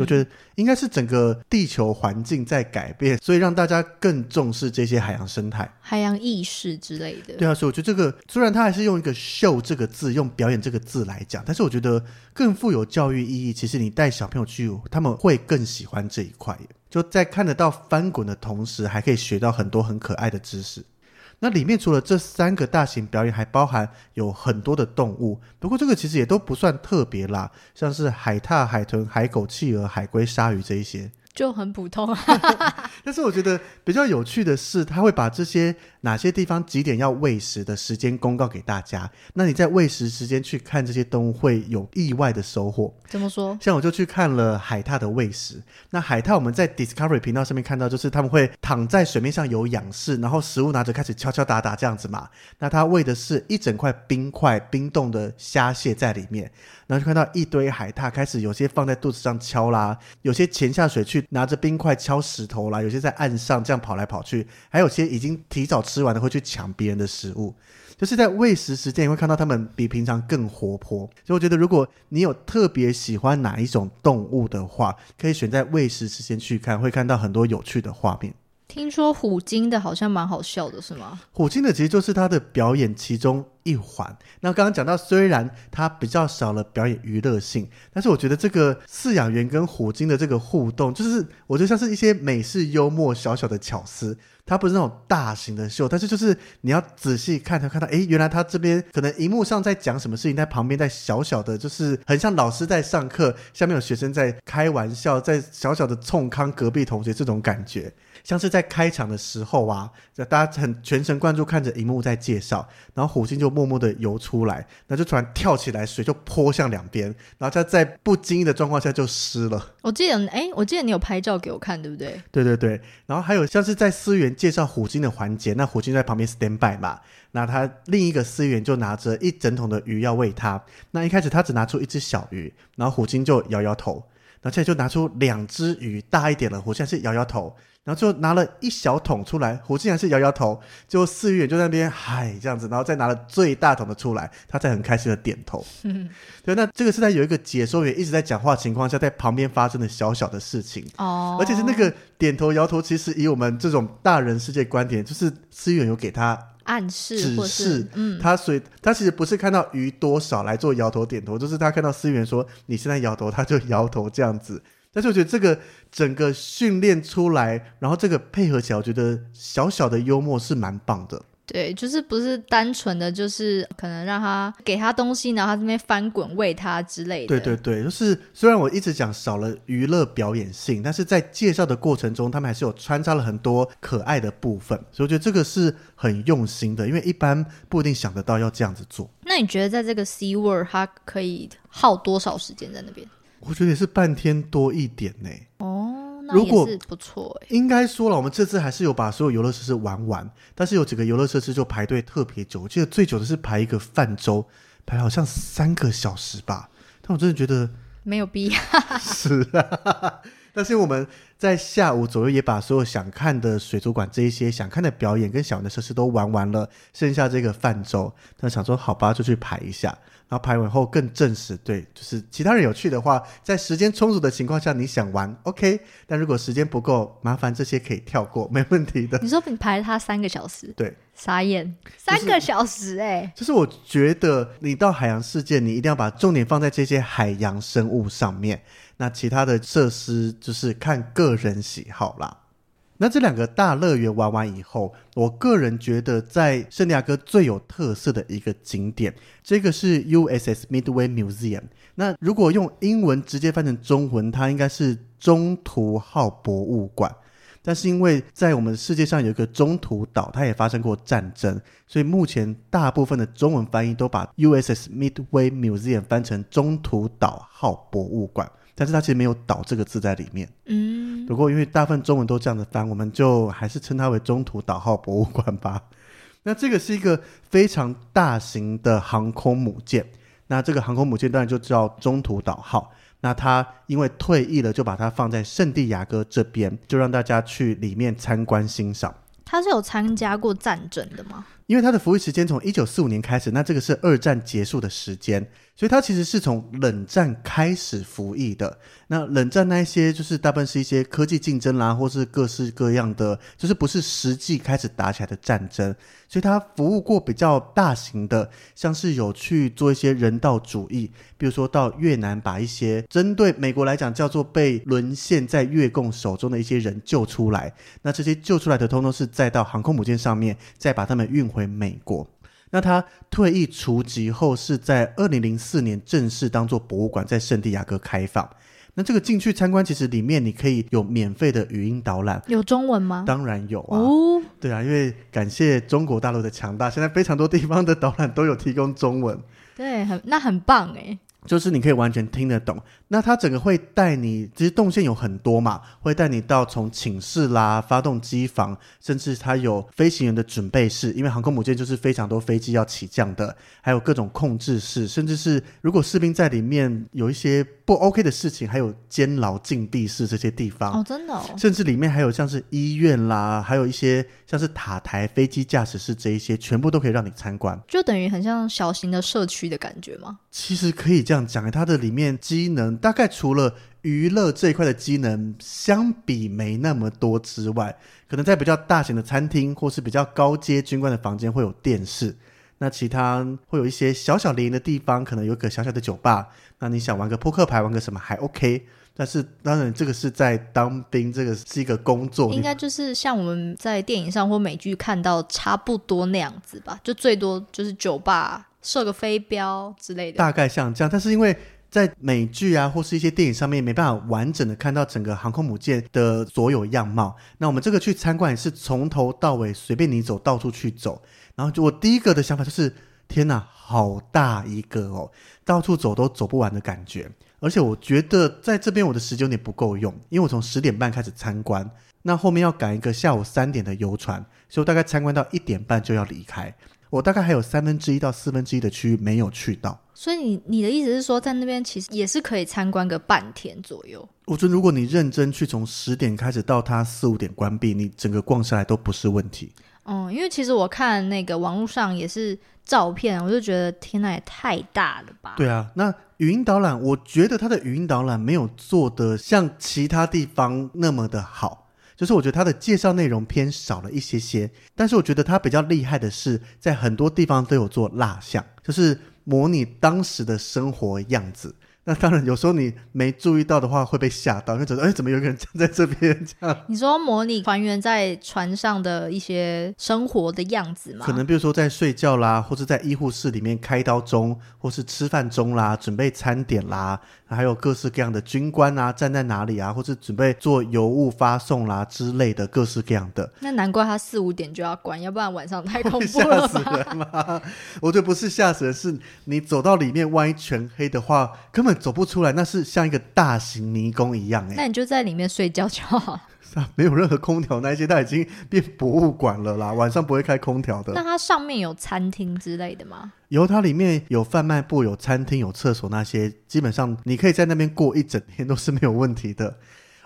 A: 我觉得应该是整个地球环境在改变，所以让大家更重视这些海洋生态。
B: 海洋意识之类的。
A: 对啊，所以我觉得这个虽然它还是用一个“秀”这个字，用表演这个字来讲，但是我觉得更富有教育意义。其实你带小朋友去，他们会更喜欢这一块耶，就在看得到翻滚的同时，还可以学到很多很可爱的知识。那里面除了这三个大型表演，还包含有很多的动物。不过这个其实也都不算特别啦，像是海獭、海豚、海狗、企鹅、海龟、鲨鱼这一些。
B: 就很普通啊，
A: 但是我觉得比较有趣的是，他会把这些哪些地方几点要喂食的时间公告给大家。那你在喂食时间去看这些动物，会有意外的收获。
B: 怎么说？
A: 像我就去看了海獭的喂食。那海獭我们在 Discovery 频道上面看到，就是他们会躺在水面上有仰视，然后食物拿着开始敲敲打打这样子嘛。那它喂的是一整块冰块冰冻的虾蟹在里面，然后就看到一堆海獭开始有些放在肚子上敲啦，有些潜下水去拿着冰块敲石头啦，有些在岸上这样跑来跑去，还有些已经提早吃完的会去抢别人的食物。就是在喂食时间，你会看到它们比平常更活泼。所以我觉得，如果你有特别喜欢哪一种动物的话，可以选在喂食时间去看，会看到很多有趣的画面。
B: 听说虎鲸的好像蛮好笑的，是吗？
A: 虎鲸的其实就是它的表演其中一环。那刚刚讲到，虽然它比较少了表演娱乐性，但是我觉得这个饲养员跟虎鲸的这个互动，就是我觉得像是一些美式幽默小小的巧思。它不是那种大型的秀，但是就是你要仔细看，才看到，诶，原来它这边可能荧幕上在讲什么事情，在旁边在小小的，就是很像老师在上课，下面有学生在开玩笑，在小小的冲康隔壁同学这种感觉。像是在开场的时候啊，那大家很全神贯注看着荧幕在介绍，然后虎鲸就默默的游出来，那就突然跳起来，水就泼向两边，然后它在不经意的状况下就湿了。
B: 我记得，哎、我记得你有拍照给我看，对不对？
A: 对对对，然后还有像是在思源介绍虎鲸的环节，那虎鲸在旁边 stand by 嘛，那他另一个思源就拿着一整桶的鱼要喂它，那一开始他只拿出一只小鱼，然后虎鲸就摇摇头，然后接着就拿出两只鱼，大一点了，虎鲸还是摇摇头，然后就拿了一小桶出来，虎鲸还是摇摇头，结果思源就在那边嗨这样子，然后再拿了最大桶的出来，他才很开心的点头。对，那这个是在有一个解说员一直在讲话的情况下，在旁边发生的小小的事情。
B: 哦，
A: 而且是那个点头摇头，其实以我们这种大人世界观点，就是思源有给他
B: 暗示
A: 指
B: 或
A: 示
B: 是，嗯，
A: 他所以他其实不是看到鱼多少来做摇头点头，就是他看到思源说你现在摇头，他就摇头这样子。但是我觉得这个整个训练出来，然后这个配合起来，我觉得小小的幽默是蛮棒的。
B: 对，就是不是单纯的，就是可能让他给他东西，然后他这边翻滚喂他之类的。
A: 对对对，就是虽然我一直讲少了娱乐表演性，但是在介绍的过程中，他们还是有穿插了很多可爱的部分，所以我觉得这个是很用心的，因为一般不一定想得到要这样子做。
B: 那你觉得在这个 C word，它可以耗多少时间在那边？
A: 我觉得也是半天多一点呢、
B: 哦，那
A: 如果
B: 也是不错哎、
A: 应该说了，我们这次还是有把所有游乐设施玩完，但是有几个游乐设施就排队特别久，我记得最久的是排一个泛舟，排好像三个小时吧。但我真的觉得
B: 没有必要。
A: 是啊， 但是我们在下午左右也把所有想看的水族馆这一些想看的表演跟想玩的设施都玩完了，剩下这个泛舟，那想说好吧，就去排一下。然后排完后更证实，对，就是其他人有去的话，在时间充足的情况下，你想玩 OK，但如果时间不够，麻烦这些可以跳过，没问题的。
B: 你说你排了他三个小时，
A: 对，
B: 傻眼， 三个小时哎、
A: 就是我觉得你到海洋世界，你一定要把重点放在这些海洋生物上面。那其他的设施就是看个人喜好啦。那这两个大乐园玩完以后，我个人觉得在圣地亚哥最有特色的一个景点，这个是 USS Midway Museum。那如果用英文直接翻成中文，它应该是中途号博物馆。但是因为在我们世界上有一个中途岛，它也发生过战争，所以目前大部分的中文翻译都把 USS Midway Museum 翻成中途岛号博物馆，但是它其实没有“岛”这个字在里面。
B: 嗯，
A: 不过因为大部分中文都这样子翻，我们就还是称它为中途岛号博物馆吧。 那这个是一个非常大型的航空母舰，那这个航空母舰当然就叫中途岛号。那它因为退役了，就把它放在圣地亚哥这边，就让大家去里面参观欣赏。
B: 他是有参加过战争的吗？
A: 因为它的服役时间从一九四五年开始，那这个是二战结束的时间，所以它其实是从冷战开始服役的。那冷战那一些就是大部分是一些科技竞争啦，或是各式各样的，就是不是实际开始打起来的战争，所以它服务过比较大型的，像是有去做一些人道主义，比如说到越南把一些针对美国来讲叫做被沦陷在越共手中的一些人救出来，那这些救出来的通通是载到航空母舰上面，再把他们运回美国。那他退役除籍后，是在二零零四年正式当做博物馆在圣地亚哥开放。那这个进去参观，其实里面你可以有免费的语音导览，
B: 有中文吗？
A: 当然有啊。
B: 哦，
A: 对啊，因为感谢中国大陆的强大，现在非常多地方的导览都有提供中文。
B: 对，很那很棒哎，
A: 就是你可以完全听得懂。那它整个会带你，其实动线有很多嘛，会带你到从寝室啦、发动机房，甚至它有飞行员的准备室，因为航空母舰就是非常多飞机要起降的，还有各种控制室，甚至是如果士兵在里面有一些不 OK 的事情，还有监牢禁闭室这些地方。
B: 哦，真的哦，
A: 甚至里面还有像是医院啦，还有一些像是塔台、飞机驾驶室这一些，全部都可以让你参观。
B: 就等于很像小型的社区的感觉吗？
A: 其实可以这样讲，它的里面机能大概除了娱乐这一块的机能相比没那么多之外，可能在比较大型的餐厅或是比较高阶军官的房间会有电视。那其他会有一些小小联营的地方，可能有个小小的酒吧。那你想玩个扑克牌，玩个什么还 OK。但是当然，这个是在当兵，这个是一个工作，
B: 应该就是像我们在电影上或美剧看到差不多那样子吧，就最多就是酒吧射个飞镖之类的。
A: 大概像这样，但是因为在美剧啊或是一些电影上面没办法完整的看到整个航空母舰的所有样貌，那我们这个去参观也是从头到尾随便你走，到处去走。然后就我第一个的想法就是，天哪，好大一个哦，到处走都走不完的感觉。而且我觉得在这边我的时间有点不够用，因为我从十点半开始参观，那后面要赶一个下午三点的游船，所以我大概参观到一点半就要离开。我大概还有三分之一到四分之一的区域没有去到。
B: 所以你你的意思是说，在那边其实也是可以参观个半天左右，
A: 我觉得如果你认真去从十点开始到它四五点关闭，你整个逛下来都不是问题。
B: 嗯，因为其实我看那个网络上也是照片，我就觉得天呐，也太大了吧！
A: 对啊，那语音导览，我觉得它的语音导览没有做的像其他地方那么的好。就是我觉得它的介绍内容偏少了一些些，但是我觉得它比较厉害的是，在很多地方都有做蜡像，就是模拟当时的生活样子。那当然，有时候你没注意到的话，会被吓到，就觉得哎，怎么有一个人站在这边？这样
B: 你说模拟还原在船上的一些生活的样子吗？
A: 可能比如说在睡觉啦，或是在医护室里面开刀中，或是吃饭中啦，准备餐点啦，还有各式各样的军官啊站在哪里啊，或是准备做邮物发送啦之类的各式各样的。
B: 那难怪他四五点就要关，要不然晚 上太恐怖
A: 吓
B: 了
A: 死
B: 吧？
A: 人吗？我觉得不是吓死人，是你走到里面，万一全黑的话，根本走不出来，那是像一个大型迷宫一样哎、
B: 那你就在里面睡觉就好。
A: 啊没有任何空调，那一些它已经变博物馆了啦，晚上不会开空调
B: 那
A: 的。
B: 它上面有餐厅之类的吗？
A: 以后它里面有贩卖部、有餐厅、有厕所那些，基本上你可以在那边过一整天都是没有问题的。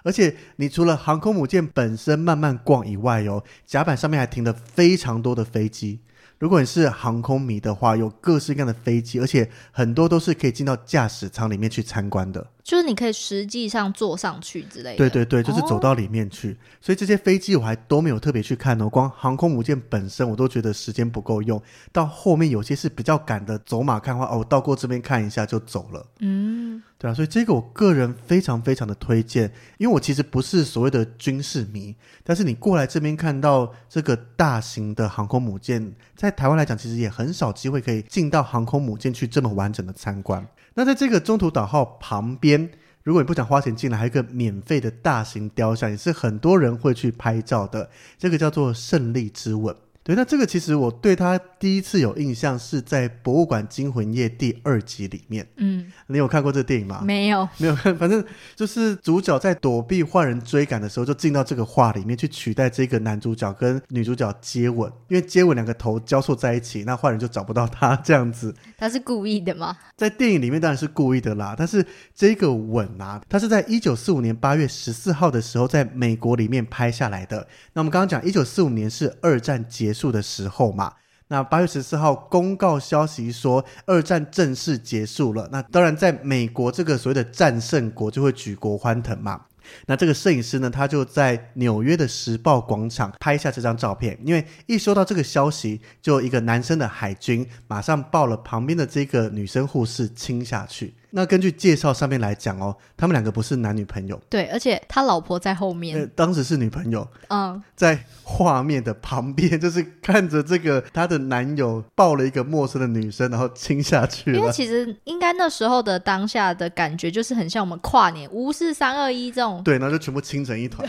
A: 而且你除了航空母舰本身慢慢逛以外哦，甲板上面还停了非常多的飞机。如果你是航空迷的话，有各式各样的飞机，而且很多都是可以进到驾驶舱里面去参观的。
B: 就是你可以实际上坐上去之类的。
A: 对对对，就是走
B: 哦
A: 到里面去。所以这些飞机我还都没有特别去看哦，光航空母舰本身我都觉得时间不够用。到后面有些是比较赶的，走马看花哦，我到过这边看一下就走了。
B: 嗯，
A: 对啊，所以这个我个人非常非常的推荐，因为我其实不是所谓的军事迷，但是你过来这边看到这个大型的航空母舰，在台湾来讲，其实也很少机会可以进到航空母舰去这么完整的参观。那在这个中途岛号旁边，如果你不想花钱进来，还有一个免费的大型雕像，也是很多人会去拍照的，这个叫做胜利之吻。对对，那这个其实我对他第一次有印象是在《博物馆惊魂夜》第二集里面。
B: 嗯，
A: 你有看过这个电影吗？
B: 没有，
A: 没有看，反正就是主角在躲避坏人追赶的时候，就进到这个画里面去取代这个男主角跟女主角接吻，因为接吻两个头交错在一起，那坏人就找不到他这样子。
B: 他是故意的吗？
A: 在电影里面当然是故意的啦，但是这个吻啊，它是在一九四五年八月十四号的时候在美国里面拍下来的。那我们刚刚讲一九四五年是二战结束的时候嘛。那八月十四号公告消息说，二战正式结束了。那当然，在美国这个所谓的战胜国就会举国欢腾嘛。那这个摄影师呢，他就在纽约的时报广场拍下这张照片，因为一收到这个消息，就一个男生的海军马上抱了旁边的这个女生护士亲下去。那根据介绍上面来讲哦，他们两个不是男女朋友，
B: 对，而且他老婆在后
A: 呃
B: 面，，
A: 当时是女朋友，
B: 嗯，
A: 在画面的旁边，就是看着这个她的男友抱了一个陌生的女生，然后亲下去
B: 因为
A: 了。
B: 其实应该那时候的当下的感觉就是很像我们跨年无视三二一这 种，
A: 对，然后就全部亲成一团。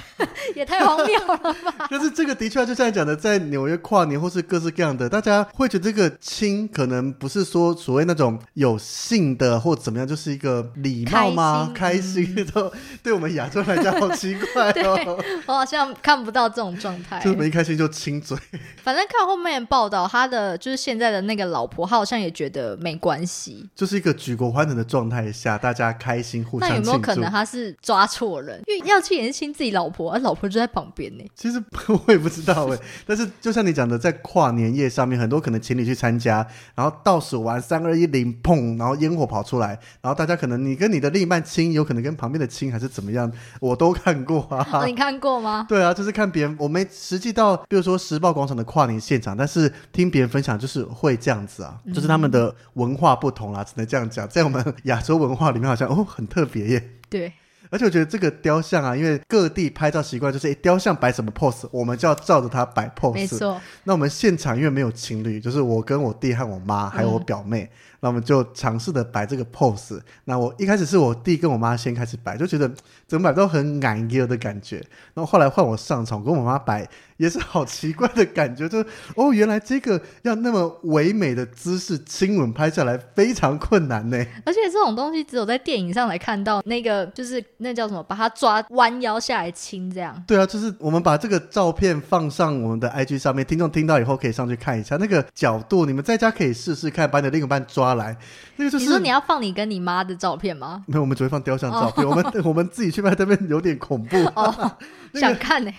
B: 也太荒谬了。
A: 但是这个的确就像你讲的，在纽约跨年或是各式各样的，大家会觉得这个亲可能不是说所谓那种有性的或怎么样，就是一个礼貌吗？开
B: 开
A: 心
B: 心嗯
A: 都对我们亚洲来讲好奇怪 哦，
B: 我好像看不到这种状态
A: 就。是我们一开心就亲嘴。
B: 反正看后面报道，他的就是现在的那个老婆，他好像也觉得没关系。
A: 就是一个举国欢腾的状态下，大家开心互相
B: 那有
A: 庆
B: 没
A: 祝。
B: 有可能他是抓错人？因为要去也是亲自己老婆，而老婆就在旁边呢。
A: 其实 我也不知道哎，但是就像你讲的，在跨年夜上面，很多可能情侣去参加，然后倒数完三二一零，砰，然后烟火跑出来，然后大家可能你跟你的另一半亲，有可能跟旁边的亲还是怎么样，我都看过啊
B: 哦，。你看过吗？
A: 对啊，就是看别人，我没实际到，比如说时报广场的跨年现场，但是听别人分享就是会这样子啊，就是他们的文化不同啦，只能这样讲，在我们亚洲文化里面好像哦很特别耶。
B: 对，
A: 而且我觉得这个雕像啊，因为各地拍照习惯就是，诶雕像摆什么 pose，我们就要照着它摆 pose。
B: 没。错，
A: 那我们现场因为没有情侣，就是我跟我弟和我妈还有我表妹，
B: 嗯
A: 那我们就尝试的摆这个 pose。那我一开始是我弟跟我妈先开始摆，就觉得怎么摆都很感激的感觉。然后后来换我上场，我跟我妈摆也是好奇怪的感觉，就是哦，原来这个要那么唯美的姿势亲吻拍下来非常困难呢。
B: 而且这种东西只有在电影上才看到，那个就是那叫什么，把他抓弯腰下来亲这样。
A: 对啊，就是我们把这个照片放上我们的 IG 上面，听众听到以后可以上去看一下那个角度，你们在家可以试试看，把你的另一半抓来。那个就
B: 你说
A: 是
B: 你要哦放你跟你妈的照片吗？
A: 没有，我们只会放雕像照片， 我们我们自己去拍那边有点恐怖，
B: 哦，
A: 那个
B: 想看呢、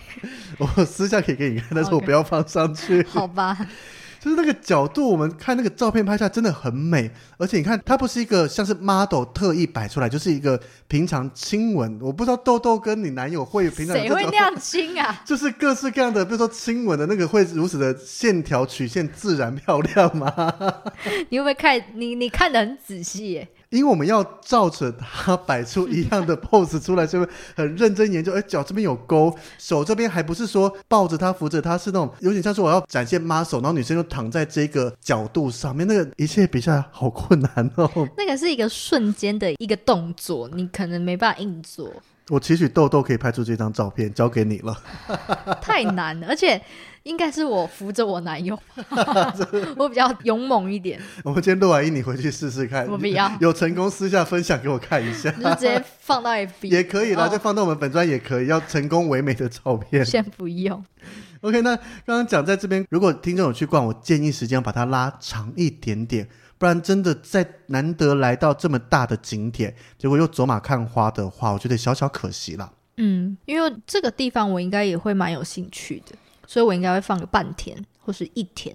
A: 我私下可以给你看，但是我
B: 哦 OK
A: 不要放上去。
B: 好吧，
A: 就是那个角度，我们看那个照片拍下来真的很美，而且你看它不是一个像是 model 特意摆出来，就是一个平常亲吻。我不知道豆豆跟你男友会平常有
B: 谁
A: 这
B: 会
A: 种
B: 那样亲啊？
A: 就是各式各样的，比如说亲吻的那个会如此的线条曲线自然漂亮吗？
B: 你会不会看？你你看的很仔细耶、
A: 因为我们要照着它摆出一样的 pose 出来，就会很认真研究。哎，脚这边有勾，手这边还不是说抱着它扶着它，是那种有点像是我要展现 muscle，然后女生就躺在这个角度上面，那个一切比下来好困难哦。
B: 那个是一个瞬间的一个动作，你可能没办法硬做，
A: 我期许豆豆可以拍出这张照片，交给你了。
B: 太难了，而且。应该是我扶着我 男友， 我比较勇猛一点，
A: 我们今天录完音，你回去试试看。
B: 我不要
A: 有成功私下分享给我看一下。
B: 你就直接放到 FB
A: 也可以啦，
B: 哦
A: 就放到我们本专也可以，要成功唯美的照 片。
B: 先不用。
A: OK，那刚刚讲在这边，如果听众有去逛，我建议时间要把它拉长一点点，不然真的在难得来到这么大的景点，结果又走马看花的话，我觉得小小可惜啦。
B: 嗯，因为这个地方我应该也会蛮有兴趣的，所以我应该会放个半天或是一天。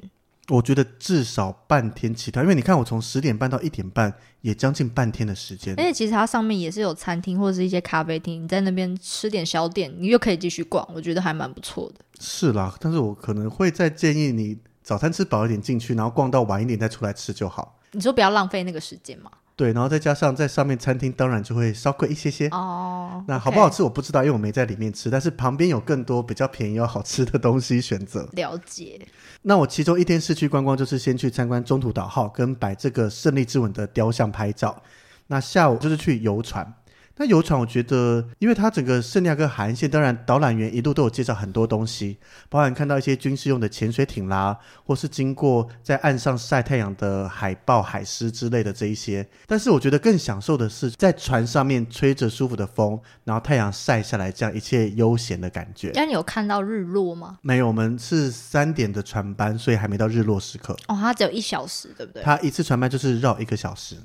A: 我觉得至少半天起跳，因为你看我从十点半到一点半，也将近半天的时间
B: 而。且其实它上面也是有餐厅或者是一些咖啡厅，你在那边吃点小点，你又可以继续逛，我觉得还蛮不错的。
A: 是啦，但是我可能会再建议你早餐吃饱一点进去，然后逛到晚一点再出来吃就好。
B: 你说不要浪费那个时间嘛？
A: 对，然后再加上在上面餐厅，当然就会稍贵一些些。
B: 哦，
A: 那好不好
B: OK，
A: 吃我不知道，因为我没在里面吃，但是旁边有更多比较便宜又好吃的东西选择。
B: 了解。
A: 那我其中一天市区观光就是先去参观中途岛号跟摆这个胜利之吻的雕像拍照，那下午就是去游船。那游船，我觉得，因为它整个圣地亚哥海岸线，当然导览员一路都有介绍很多东西，包含看到一些军事用的潜水艇啦，或是经过在岸上晒太阳的海豹、海狮之类的这一些。但是我觉得更享受的是在船上面吹着舒服的风，然后太阳晒下来，这样一切悠闲的感觉。
B: 那你有看到日落吗？
A: 没有，我们是三点的船班，所以还没到日落时刻。
B: 哦，它只有一小时，对不对？
A: 它一次船班就是绕一个小时。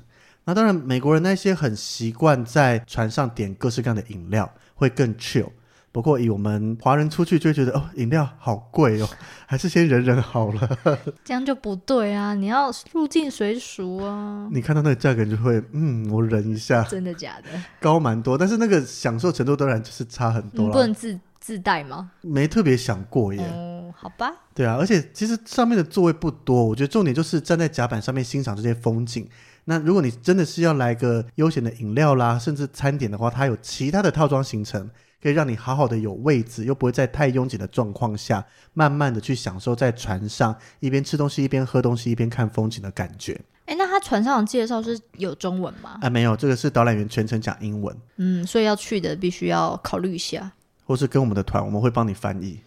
A: 那当然，美国人那些很习惯在船上点各式各样的饮料，会更 chill。不过以我们华人出去就会觉得哦，饮料好贵哦， 还是先忍忍好了。
B: 这样就不对啊！你要入境随俗 啊！
A: 你看到那个价格，你就会嗯，我忍一下，
B: 真的假的？
A: 高蛮多，但是那个享受程度当然就是差很
B: 你
A: 多
B: 嗯不
A: 了。
B: 能自自带吗？
A: 没特别想过耶，
B: 哦，好吧，
A: 对啊，而且其实上面的座位不多，我觉得重点就是站在甲板上面欣赏这些风景。那如果你真的是要来个悠闲的饮料啦，甚至餐点的话，它有其他的套装行程，可以让你好好的有位置，又不会在太拥挤的状况下，慢慢的去享受在船上一边吃东西、一边喝东西、一边看风景的感觉。
B: 哎，那他船上的介绍是有中文吗？
A: 啊，没有，这个是导览员全程讲英文，
B: 嗯，所以要去的必须要考虑一下。
A: 或是跟我们的团，我们会帮你翻译。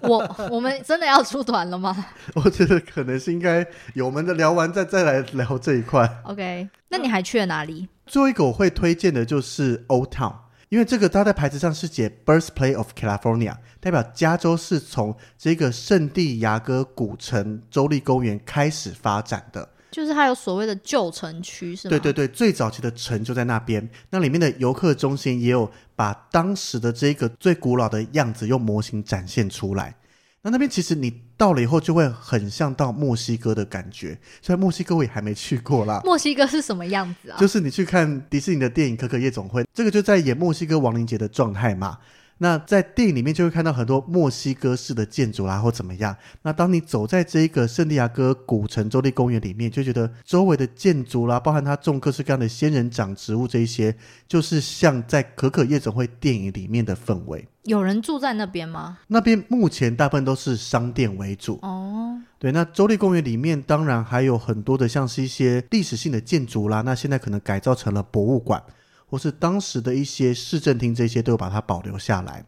B: 我我们真的要出团了吗
A: 我觉得可能是应该有我们的聊完再再来聊这一块。
B: ？OK，那你还去了哪里？
A: 最后一个我会推荐的就是 Old Town，因为这个它在牌子上是写 Birthplace of California，代表加州是从这个圣地牙哥古城州立公园开始发展的。
B: 就是它有所谓的旧城区是吗？
A: 对对对，最早期的城就在那边，那里面的游客中心也有把当时的这个最古老的样子用模型展现出来。那那边其实你到了以后就会很像到墨西哥的感觉，虽然墨西哥我也还没去过啦，
B: 墨西哥是什么样子啊？
A: 就是你去看迪士尼的电影《可可夜总会》，这个就在演墨西哥亡灵节的状态嘛。那在电影里面就会看到很多墨西哥式的建筑啦，或怎么样。那当你走在这个圣地亚哥古城州立公园里面，就觉得周围的建筑啦，包含它种各式各样的仙人掌植物这一些，就是像在《可可夜总会》电影里面的氛围。
B: 有人住在那边吗？
A: 那边目前大部分都是商店为主，
B: 哦，
A: 对，那州立公园里面当然还有很多的，像是一些历史性的建筑啦，那现在可能改造成了博物馆，或是当时的一些市政厅，这些都有把它保留下来。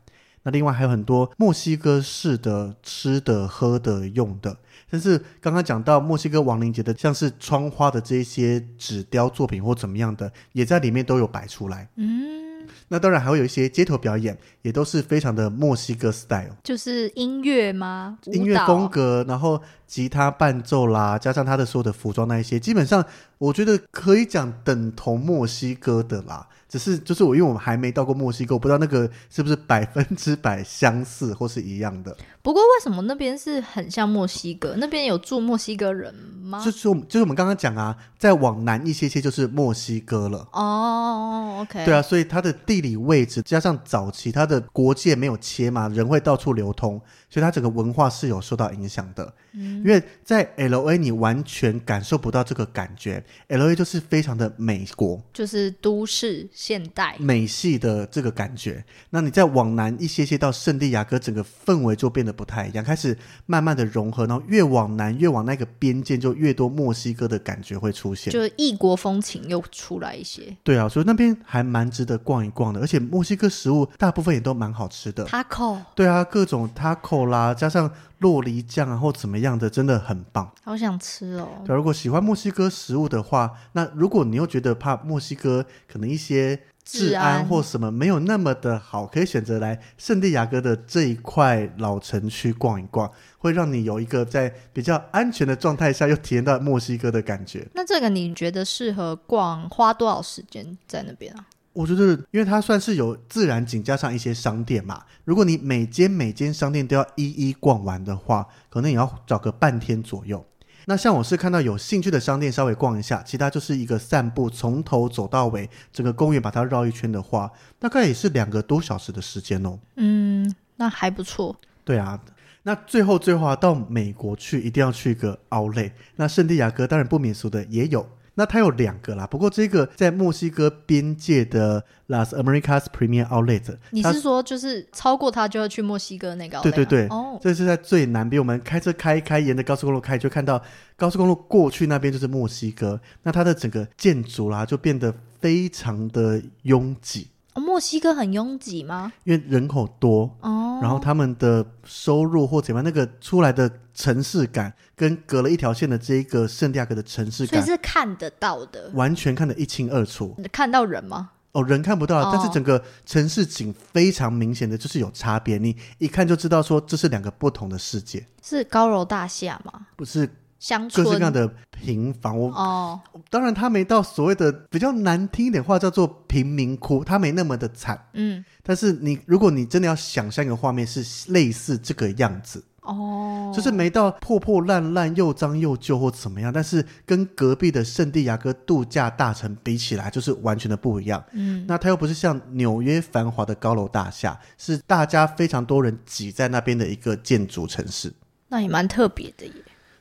A: 那另外还有很多墨西哥式的吃的、喝的、用的，但是刚刚讲到墨西哥亡灵节的，像是窗花的这一些纸雕作品或怎么样的，也在里面都有摆出来。
B: 嗯，
A: 那当然还会有一些街头表演，也都是非常的墨西哥 style。
B: 就是音乐吗？舞蹈
A: 音乐风格，然后吉他伴奏啦，加上他的所有的服装那一些，基本上我觉得可以讲等同墨西哥的啦。只是就是我因为我们还没到过墨西哥，我不知道那个是不是百分之百相似或是一样的。
B: 不过为什么那边是很像墨西哥？那边有住墨西哥人吗
A: 就？是我们就是我们刚刚讲啊，再往南一些些就是墨西哥了。
B: 哦，OK，
A: 对啊，所以它的地理位置加上早期它的国界没有切嘛，人会到处流通，所以它整个文化是有受到影响的。因为在 L A 你完全感受不到这个感觉，L A 就是非常的美国
B: 就是都市现代。
A: 美系的这个感觉。那你再往南一些些到圣地亚哥，整个氛围就变得不太一样，开始慢慢的融合，然后越往南越往那个边界，就越多墨西哥的感觉会出现。
B: 就是异国风情又出来一些
A: 对啊，所以那边还蛮值得逛一逛的，而且墨西哥食物大部分也都蛮好吃的。
B: ，taco，
A: 对啊，各种 taco 啦，加上洛梨酱啊，或怎么样的，真的很棒。
B: 好想吃哦。
A: 对啊、如果喜欢墨西哥食物的话，那如果你又觉得怕墨西哥可能一些治
B: 治
A: 安
B: 安
A: 或什么没有那么的好，可以选择来圣地亚哥的这一块老城区逛一逛，会让你有一个在比较安全的状态下又体验到墨西哥的感觉。
B: 那这个你觉得适合逛，花多少时间在那边啊？
A: 我觉得，因为它算是有自然景加上一些商店嘛。如果你每间每间商店都要一一逛完的话，可能也要找个半天左右。那像我是看到有兴趣的商店稍微逛一下，其他就是一个散步，从头走到尾，整个公园把它绕一圈的话，大概也是两个多小时的时间哦。
B: 嗯，那还不错。
A: 对啊，那最后最后啊，到美国去一定要去一个奥莱。那圣地亚哥当然不免俗的也有，那它有两个啦，不过这个在墨西哥边界的 Las Americas Premier Outlet，
B: 你
A: 它
B: 是说就是超过它就要去墨西哥那个奥
A: 对
B: 莱吗？
A: 对对
B: 哦，
A: 这是在最南边，我们开车开一开，沿着高速公路开，就看到高速公路过去那边就是墨西哥，那它的整个建筑啦就变得非常的拥挤，
B: 哦墨西哥很拥挤吗？
A: 因为人口多，
B: 哦，
A: 然后他们的收入或怎么样，那个出来的城市感跟隔了一条线的这一个圣地亚哥的城市
B: 所以
A: 感，
B: 是看得到的，
A: 完全看得一清二楚。
B: 看到人吗？
A: 哦，人看不到，
B: 哦
A: 但是整个城市景非常明显的就是有差别，你一看就知道说这是两个不同的世界，
B: 是高楼大厦吗？
A: 不是
B: 乡
A: 各
B: 村
A: 式各样的平房。我
B: 哦，
A: 当然，他没到所谓的比较难听一点话叫做贫民窟，他没那么的惨。
B: 嗯，
A: 但是你，如果你真的要想象一个画面是类似这个样子，
B: 哦，
A: 就是没到破破烂烂、又脏又旧或怎么样，但是跟隔壁的圣地亚哥度假大城比起来，就是完全的不一样。
B: 嗯，
A: 那它又不是像纽约繁华的高楼大厦，是大家非常多人挤在那边的一个建筑城市。
B: 那也蛮特别的耶。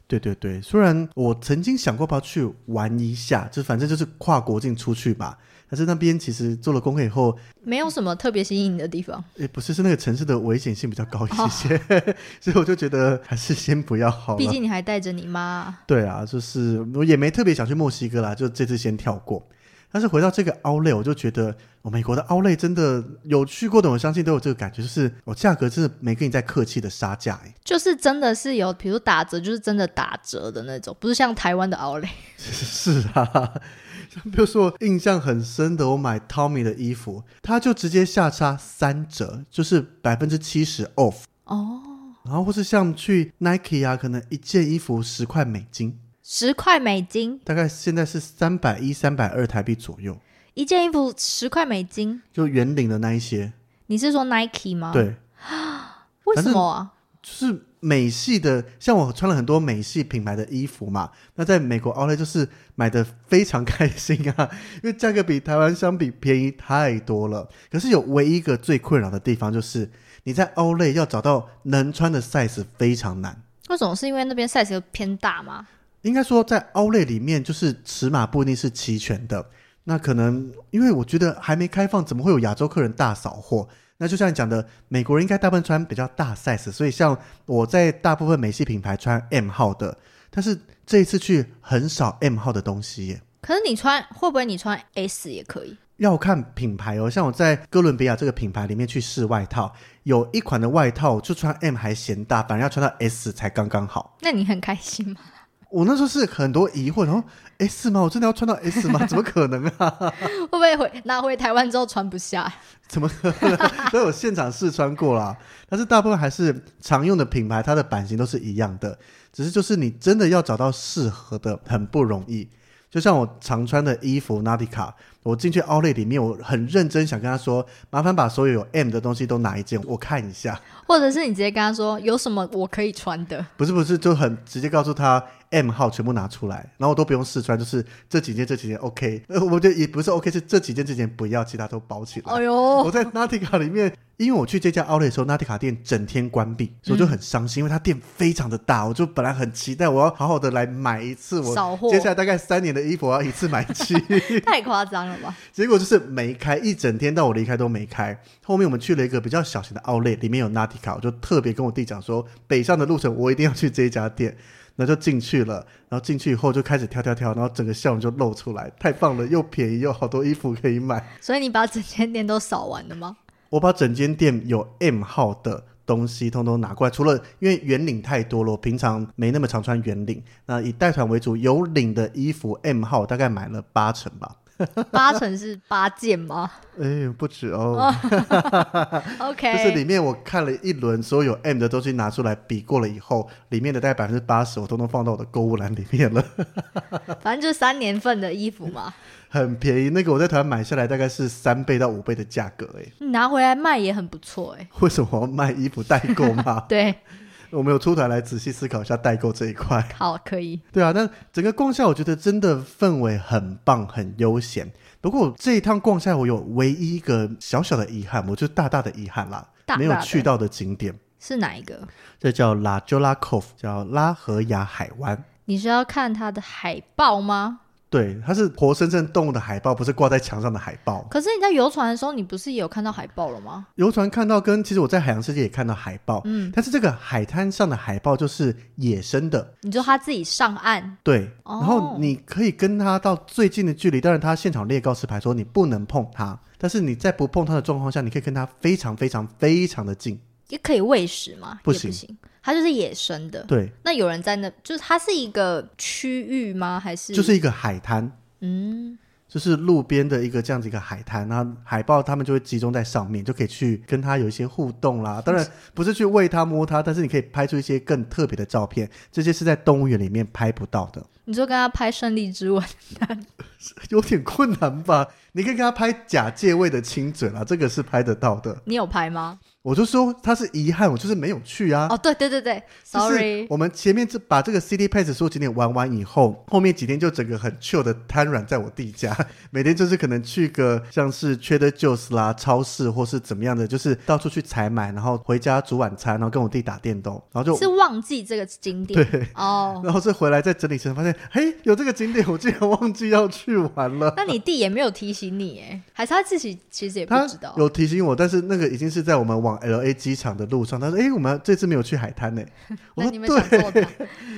A: 对对对，虽然我曾经想过要不要去玩一下，就反正就是跨国境出去吧。但是那边其实做了功课以后，
B: 没有什么特别吸引你的地方，
A: 也不是是那个城市的危险性比较高一些些，
B: 哦
A: 所以我就觉得还是先不要好
B: 毕
A: 了。
B: 竟你还带着你妈。
A: 对啊，就是我也没特别想去墨西哥啦，就这次先跳过。但是回到这个奥莱，我就觉得我美国的奥莱真的有去过的，我相信都有这个感觉，就是我价格真的没跟你在客气的杀价、欸，
B: 就是真的是有，比如打折，就是真的打折的那种，不是像台湾的奥莱。
A: 是啊，像比如说我印象很深的，我买 Tommy 的衣服，他就直接下差三折，就是百分之七十 off。
B: 哦，
A: 然后或是像去 Nike 啊，可能一件衣服十块美金，
B: 十块美金
A: 大概现在是三百一、三百二台币左右，
B: 一件衣服，十块美金。
A: 就圆领的那一些。
B: 你是说 Nike 吗？，
A: 对，
B: 为什么啊？
A: 就是美系的，像我穿了很多美系品牌的衣服嘛，那在美国 Outlet 就是买的非常开心啊， 因为价格比台湾相比便宜太多了。可是有唯一一个最困扰的地方就是，你在 Outlet 要找到能穿的 size 非常难。
B: 为什么是因为那边 size 有偏大吗？
A: 应该说，在 Outlet 里面，就是尺码不一定是齐全的。那可能因为我觉得还没开放，怎么会有亚洲客人大扫货？那就像你讲的，美国人应该大部分穿比较大 size，所以像我在大部分美系品牌穿 M 号的，但是这一次去很少 M 号的东西耶。
B: 可是你穿会不会你穿 S 也可以？
A: 要看品牌哦，像我在哥伦比亚这个品牌里面去试外套，有一款的外套就穿 M 还嫌大，反而要穿到 S 才刚刚好。
B: 那你很开心吗？
A: 我那时候是很多疑惑，然后 S 吗？我真的要穿到 S 吗？怎么可能啊？
B: 会不会回拿回台湾之后穿不下？
A: 怎么可能？ 都有现场试穿过啦，但是大部分还是常用的品牌，它的版型都是一样的，只是就是你真的要找到适合的很不容易。就像我常穿的衣服 Nautica，我进去 Outlet 里面，我很认真想跟他说，麻烦把所有有 M 的东西都拿一件，我看一下。
B: 或者是你直接跟他说有什么我可以穿的？
A: 不是不是，就很直接告诉他 M 号全部拿出来，然后我都不用试穿，就是这几件这几件 OK，呃，我觉得也不是 OK，是这几件这几件不要，其他都包起来。
B: 哎呦，
A: 我在 Nautica 里面，因为我去这家 Outlet 的时候，Nautica 店整天关闭，所以我就很伤心，因为它店非常的大，我就本来很期待我要好好的来买一次我
B: 扫货
A: 接下来大概三年的衣服，我要一次买齐。
B: 太夸张了吧？
A: 结果就是没开，一整天到我离开都没开。后面我们去了一个比较小型的 Outlet，里面有 Nautica，我就特别跟我弟讲说，北上的路程我一定要去这一家店。然后就进去了，然后进去以后就开始跳跳跳，然后整个笑容就露出来，太棒了，又便宜又好多衣服可以买。
B: 所以你把整间店都扫完了吗？
A: 我把整间店有 M 号的东西通通拿过来，除了因为圆领太多了，我平常没那么常穿圆领。那以带团为主，有领的衣服 M 号大概买了八成吧。
B: 八成是八件吗
A: 哎，不止哦，
B: ？OK，
A: 就是里面我看了一轮，所有 M 的东西拿出来比过了以后，里面的大概百分之八十我都能放到我的购物篮里面了，
B: 反正就三年份的衣服嘛，
A: 很便宜。那个我在台湾买下来大概是三倍到五倍的价格，哎，
B: 你拿回来卖也很不错哎、
A: 为什么我要卖衣服代购嘛？
B: 对，
A: 我们有出团来仔细思考一下代购这一块。
B: 好，可以。
A: 对啊，但整个逛下，我觉得真的氛围很棒，很悠闲。不过这一趟逛下，我有唯一一个小小的遗憾，我就大大的遗憾啦，
B: 大大的
A: 没有去到的景点，
B: 是哪一个？
A: 这叫拉鸠拉 cove，叫拉合雅海湾。
B: 你是要看它的海报吗？
A: 对，它是活生生动物的海报，不是挂在墙上的海报。
B: 可是你在游船的时候，你不是也有看到海报了吗？
A: 游船看到跟其实我在海洋世界也看到海报，
B: 嗯，
A: 但是这个海滩上的海报就是野生的，
B: 你就他自己上岸，
A: 对。
B: 哦
A: 然后你可以跟它到最近的距离，当然它现场列告示牌说你不能碰它，但是你在不碰它的状况下，你可以跟它非常非常非常的近，
B: 也可以喂食吗？
A: 不
B: 也
A: 行
B: 不行，它就是野生的。
A: 对，
B: 那有人在那，就是它是一个区域吗？还是
A: 就是一个海滩。
B: 嗯，
A: 就是路边的一个这样子一个海滩，然后海豹它们就会集中在上面，就可以去跟它有一些互动啦。当然不是去喂它摸它，但是你可以拍出一些更特别的照片，这些是在动物园里面拍不到的，
B: 你就跟他拍胜利之吻，
A: 有点困难吧？你可以跟它拍假借位的亲嘴啦，这个是拍得到的。
B: 你有拍吗？
A: 我就说它是遗憾，我就是没有去啊。
B: 哦，对对对对
A: 就是
B: ，sorry，
A: 我们前面这把这个 City Pass 所有景点玩完以后，后面几天就整个很 chill 的瘫软在我弟家， 每天就是可能去个像是 Trader Joe's 啦、超市或是怎么样的，就是到处去采买，然后回家煮晚餐，然后跟我弟打电动，然后
B: 是
A: 就。
B: 忘记这个景点
A: 对，
B: 哦。
A: 然后是回来再整理成，发现嘿有这个景点，我竟然忘记要去玩了。
B: 那你弟也没有提醒你哎，还是他自己其实也不
A: 他
B: 知道。
A: 有提醒我，但是那个已经是在我们往 L A 机场的路上。他说：“哎、我们这次没有去海滩 呢、我
B: 那
A: 说：“
B: 你们想
A: 对，
B: 做他，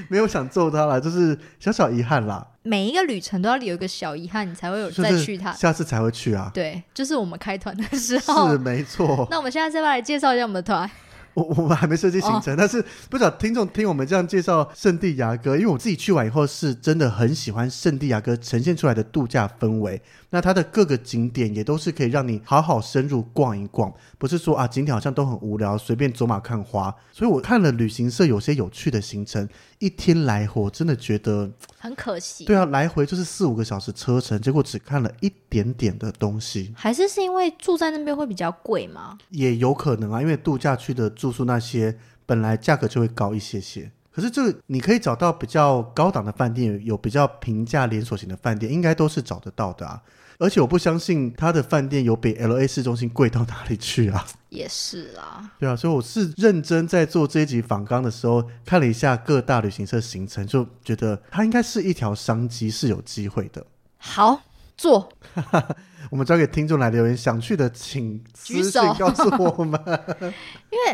A: 没有想揍他啦，就是小小遗憾啦。”
B: 每一个旅程都要有一个小遗憾，你才会有
A: 就
B: 再
A: 是
B: 去它。
A: 下次才会去 啊。
B: 对，就是我们开团的时候
A: 是。没错，
B: 那我们现在再来介绍一下我们的团。
A: 我我们还没设计
B: 哦
A: 行程，但是不知道听众听我们这样介绍圣地牙哥，因为我自己去完以后是真的很喜欢圣地牙哥呈现出来的度假氛围。那它的各个景点也都是可以让你好好深入逛一逛，不是说啊景点好像都很无聊，随便走马看花。所以我看了旅行社有些有趣的行程，一天来回我真的觉得，
B: 很可惜。
A: 对啊，来回就是四五个小时车程，结果只看了一点点的东西。
B: 还是是因为住在那边会比较贵吗？
A: 也有可能啊，因为度假区的住宿那些本来价格就会高一些些。可是这个你可以找到比较高档的饭店，有比较平价连锁型的饭店，应该都是找得到的啊。而且我不相信他的饭店有比 L A 市中心贵到哪里去啊。
B: 也是啦，
A: 对啊，所以我是认真在做这一集访纲的时候，看了一下各大旅行社行程，就觉得它应该是一条商机，是有机会的。
B: 好做
A: 我们交给听众来留言，想去的请私
B: 举
A: 信
B: 手
A: 告诉我们。
B: 对，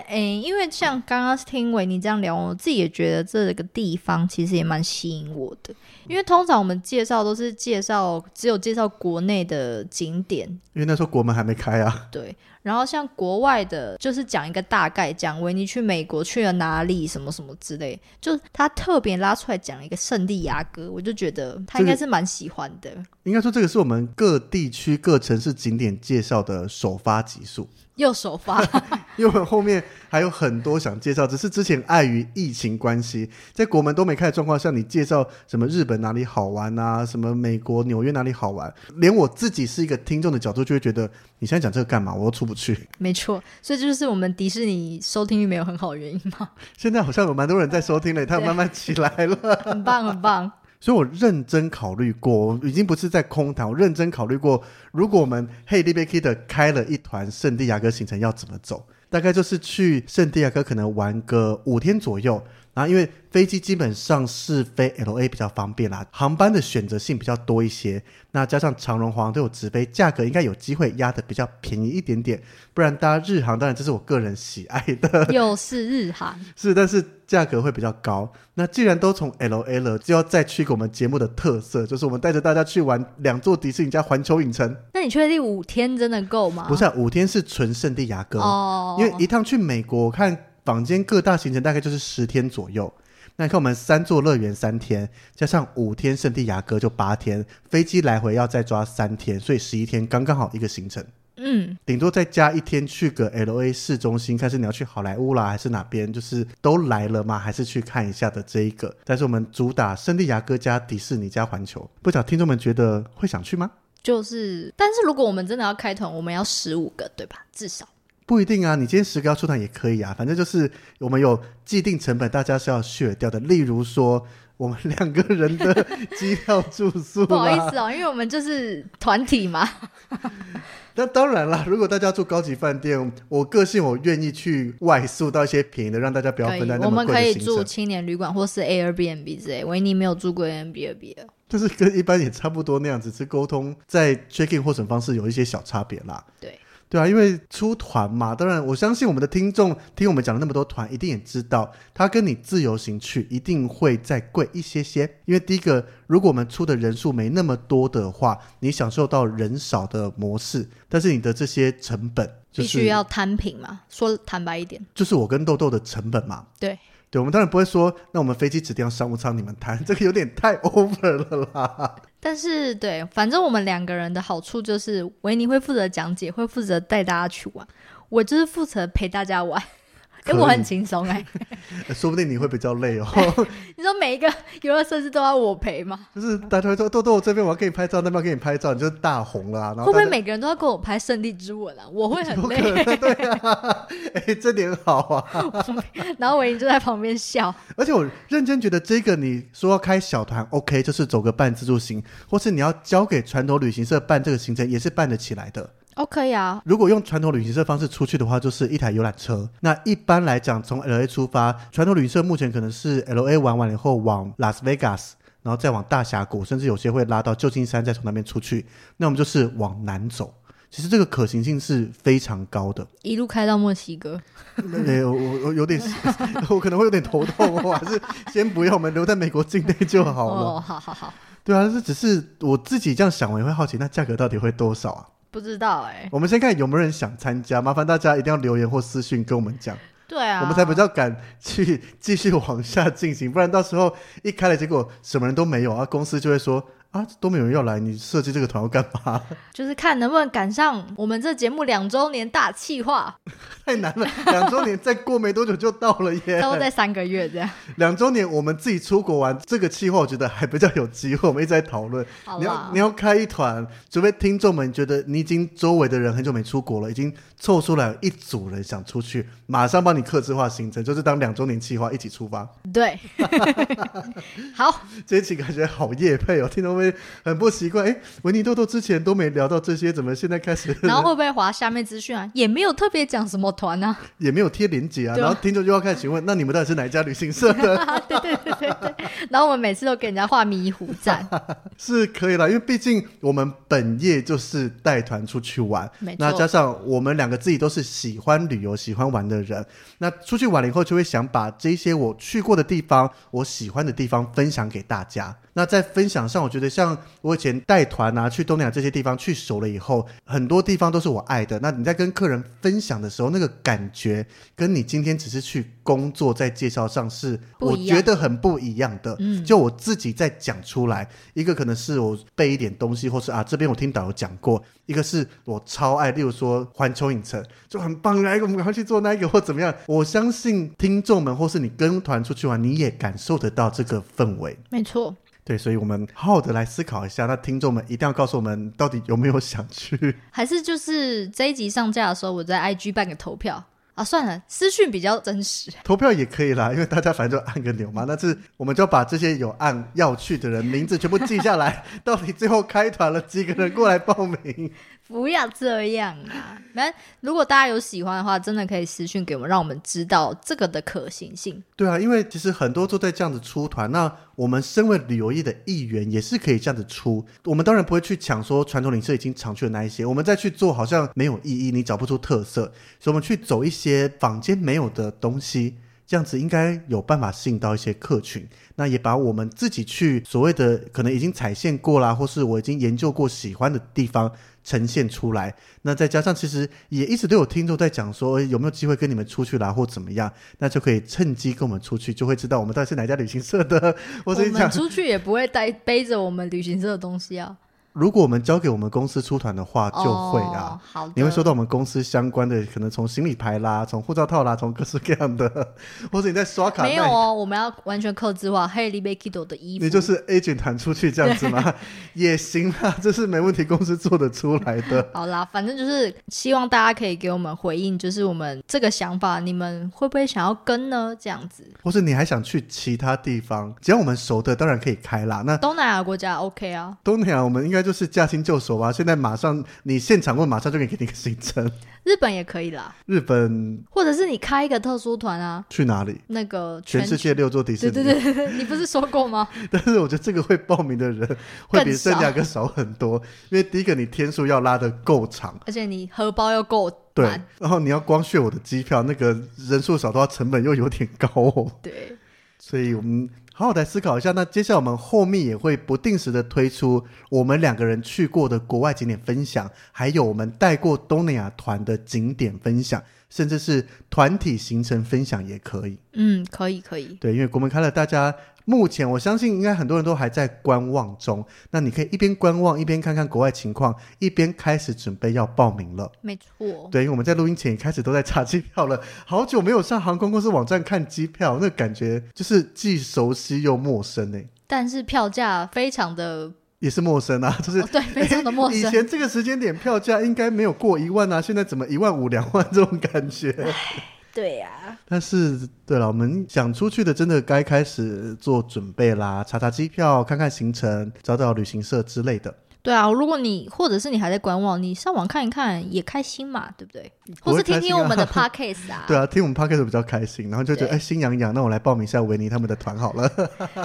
B: 诶、因为像刚刚听维尼这样聊，我自己也觉得这个地方其实也蛮吸引我的。因为通常我们介绍都是介绍只有介绍国内的景点，
A: 因为那时候国门还没开啊。
B: 对。然后像国外的，就是讲一个大概，讲维尼去美国去了哪里，什么什么之类。就他特别拉出来讲了一个圣地亚哥，我就觉得他应该是蛮喜欢的。
A: 应该说，这个是我们各地区、各城市景点介绍的首发集数，
B: 右手发
A: 因为我们后面还有很多想介绍，只是之前碍于疫情关系，在国门都没开的状况下，你介绍什么日本哪里好玩啊，什么美国纽约哪里好玩，连我自己是一个听众的角度，就会觉得你现在讲这个干嘛？我又出不去。
B: 没错，所以这就是我们迪士尼收听率没有很好的原因嘛，
A: 现在好像有蛮多人在收听了，他慢慢起来了。
B: 很棒 很棒，
A: 所以我认真考虑过，我已经不是在空谈，我认真考虑过，如果我们 Hey d b k 的开了一团圣地亚哥行程要怎么走？大概就是去圣地亚哥可能玩个五天左右，然后因为飞机基本上是飞 L A 比较方便啦，航班的选择性比较多一些，那加上长荣、黄都有直飞，价格应该有机会压的比较便宜一点点，不然搭日航当然这是我个人喜爱的，
B: 又是日韩，
A: 是，但是价格会比较高。那既然都从 L A 了，就要再去一个我们节目的特色，就是我们带着大家去玩两座迪士尼加环球影城，
B: 那你确定五天真的够吗？
A: 不是、啊、五天是纯圣地牙哥，
B: 哦，
A: 因为一趟去美国，我看坊间各大行程大概就是十天左右。那你看，我们三座乐园三天，加上五天圣地牙哥就八天，飞机来回要再抓三天，所以十一天刚刚好一个行程。
B: 嗯，
A: 顶多再加一天去个 L A 市中心，看是你要去好莱坞啦，还是哪边，就是都来了吗？还是去看一下的这一个？但是我们主打圣地亚哥加迪士尼加环球，不晓得听众们觉得会想去吗？
B: 就是，但是如果我们真的要开团，我们要十五个对吧？至少
A: 不一定啊，你今天十个要出团也可以啊，反正就是我们有既定成本，大家是要 share 掉的。例如说，我们两个人的机票住宿啦。啊
B: 不好意思哦，因为我们就是团体嘛。
A: 那当然啦，如果大家住高级饭店，我个性我愿意去外宿到一些便宜的，让大家不要
B: 可以
A: 分担，那
B: 我
A: 么
B: 们
A: 贵
B: 可
A: 的
B: 以
A: 行
B: 住
A: 程。
B: 青年旅馆或是 Airbnb 之类。维尼没有住过 Airbnb，的
A: 就是跟一般也差不多那样子，只是沟通在 check in 获准方式有一些小差别啦。
B: 对，
A: 对啊，因为出团嘛，当然我相信我们的听众听我们讲了那么多团，一定也知道，他跟你自由行去一定会再贵一些些。因为第一个，如果我们出的人数没那么多的话，你享受到人少的模式，但是你的这些成本、就
B: 必
A: 是、
B: 须要摊平嘛。说坦白一点，
A: 就是我跟豆豆的成本嘛。
B: 对，
A: 对，我们当然不会说，那我们飞机指定要商务舱，你们谈，这个有点太 over 了啦。
B: 但是对，反正我们两个人的好处就是维尼会负责讲解，会负责带大家去玩，我就是负责陪大家玩。 哎、
A: 可以
B: 我很轻松哎！
A: 呃说不定你会比较累哦。
B: 你说每一个 游乐设施都要我陪吗？
A: 就是大家会说豆豆这边我要给你拍照，那边我要给你拍照，你就大红了、啊。然后
B: 会不
A: 大
B: 会
A: 家
B: 每个人都要跟我拍《圣地之吻》啊？我会很
A: 不可
B: 累，
A: 能， 对啊，哎、这点好啊。
B: 然后维尼就在旁边笑。
A: 而且我认真觉得这个你说要开小团，OK，就是走个半自助行，或是你要交给传统旅行社办这个行程，也是办得起来的。
B: OK 啊，
A: 如果用传统旅行社方式出去的话，就是一台游览车。那一般来讲，从 L A 出发，传统旅行社目前可能是 L A 玩完了以后往 Las Vegas，然后再往大峡谷，甚至有些会拉到旧金山，再从那边出去。那我们就是往南走。其实这个可行性是非常高的。
B: 一路开到墨西哥，
A: 那我我我有点， 我可能会有点头痛，我还是先不要，我们留在美国境内就好了。
B: 哦，好好好，
A: 对啊，这只是我自己这样想，我也会好奇，那价格到底会多少啊？
B: 不知道哎、
A: 我们先看有没有人想参加，麻烦大家一定要留言或私讯跟我们讲，
B: 对啊，
A: 我们才比较敢去继续往下进行，不然到时候一开了，结果什么人都没有啊，公司就会说啊都没有人要来，你设计这个团要干嘛？
B: 就是看能不能赶上我们这节目两周年大 气化，
A: 太难了，两周年再过没多久就到了耶
B: 差，不多在三个月这样。
A: 两周年我们自己出国玩这个计划，我觉得还比较有机会，我们一直在讨论。
B: 好
A: 你要
B: 啦
A: 你，要开一团，除非听众们觉得你已经周围的人很久没出国了，已经凑出来一组人想出去，马上帮你克制化行程，就是当两周年计划一起出 发。
B: 对，好，
A: 这一期感觉好夜配哦，听众会很不习惯。哎，维尼豆豆之前都没聊到这些，怎么现在开始
B: 然后会不会划下面资讯啊？也没有特别讲什么团啊。
A: 也没有贴链接啊？
B: 对啊
A: 然后听众就要开始询问，那你们到底是哪一家旅行 社的？
B: 对对对对对，然后我们每次都给人家画迷糊 站，
A: 是可以啦，因为毕竟我们本业就是带团出去玩
B: 没，
A: 那
B: 错
A: 加上我们两个自己都是喜欢旅游、喜欢玩的人，那出去玩了以后，就会想把这些我去过的地方、我喜欢的地方分享给大家。那在分享上，我觉得像我以前带团啊，去东南亚这些地方去熟了以后，很多地方都是我爱的。那你在跟客人分享的时候，那个感觉跟你今天只是去工作在介绍上是，
B: 不
A: 我
B: 一样
A: 觉得很不一样的。
B: 嗯
A: 就我自己在讲出来，一个可能是我背一点东西，或是啊这边我听导游讲过，一个是我超爱，例如说环球影城就很棒，来我们赶快去做那一个或怎么样。我相信听众们或是你跟团出去玩，你也感受得到这个氛围。
B: 没错。
A: 对，所以我们好好的来思考一下，那听众们一定要告诉我们到底有没有想去。
B: 还是就是这一集上架的时候，我在 IG 办个投票啊。算了，私讯比较真实。
A: 投票也可以啦，因为大家反正就按个钮嘛。那是我们就把这些有按要去的人名字全部记下来， 到底最后开团了几个人过来报名？
B: 不要这样啊！那如果大家有喜欢的话，真的可以私讯给我们，让我们知道这个的可行性。
A: 对啊，因为其实很多都在这样子出团，那我们身为旅游业的一员，也是可以这样子出。我们当然不会去抢说传统领社已经常去的那一些，我们再去做好像没有意义，你找不出特色，所以我们去走一些坊间没有的东西。这样子应该有办法吸引到一些客群，那也把我们自己去所谓的可能已经踩线过啦，或是我已经研究过喜欢的地方呈现出来。那再加上其实也一直都有听众在讲说诶有没有机会跟你们出去啦，或怎么样，那就可以趁机跟我们出去，就会知道我们到底是哪一家旅行社的。
B: 我
A: 或者你讲
B: 们出去也不会带背着我们旅行社的东西啊。
A: 如果我们交给我们公司出团的话，就会 啊。
B: 哦、好的，
A: 你会收到我们公司相关的，可能从行李牌啦，从护照套啦，从各式各样的，或者你在刷卡那
B: 没有哦，我们要完全克制化 h e l y b a k i d o 的衣服，
A: 你就是 agent 弹出去这样子吗？也行啦，这是没问题，公司做得出来的。
B: 好啦，反正就是希望大家可以给我们回应，就是我们这个想法，你们会不会想要跟呢？这样 子，
A: 或是你还想去其他地方，只要我们熟的，当然可以开啦。那
B: 东南亚国家 OK 啊，
A: 东南亚我们应该就是驾轻就熟吧。现在马上你现场问，马上就可以给你一个行程。
B: 日本也可以啦，
A: 日本
B: 或者是你开一个特殊团啊，
A: 去哪里？
B: 那个
A: 全世界六座迪士
B: 对
A: 尼。
B: 对对，对你不是说过吗？
A: 但是我觉得这个会报名的人会比这两个少很多，因为第一个你天数要拉的够长，
B: 而且你荷包又够
A: 对
B: 满，，
A: 然后你要光炫我的机票，那个人数少的话成本又有点高哦，
B: 对，
A: 所以我们好好来思考一下。那接下来我们后面也会不定时的推出我们两个人去过的国外景点分享，还有我们带过东南亚团的景点分享，甚至是团体行程分享也可以。
B: 嗯，可以可以，
A: 对，因为国门开了，大家目前我相信应该很多人都还在观望中。那你可以一边观望，一边看看国外情况，一边开始准备要报名了。
B: 没错，
A: 对，因为我们在录音前也开始都在查机票了，好久没有上航空公司网站看机票，那感觉就是既熟悉又陌生呢、欸
B: 但是票价非常的，
A: 也是陌生啊， 就是哎
B: 哦、 对，非常的陌
A: 以
B: 生。
A: 前这个时间点票价应该没有过一万啊，现在怎么一万五、两万这种感觉？
B: 对呀、
A: 但是，对了，我们想出去的，真的该开始做准备啦，查查机票，看看行程，找找旅行社之类的。
B: 对啊，如果你或者是你还在观望，你上网看一看也开心啊嘛，对不对？或是听听我们的 podcast 啊，
A: 对啊，听我们 podcast 比较开心，然后就觉得
B: 对
A: 哎心痒痒，那我来报名一下维尼他们的团好了。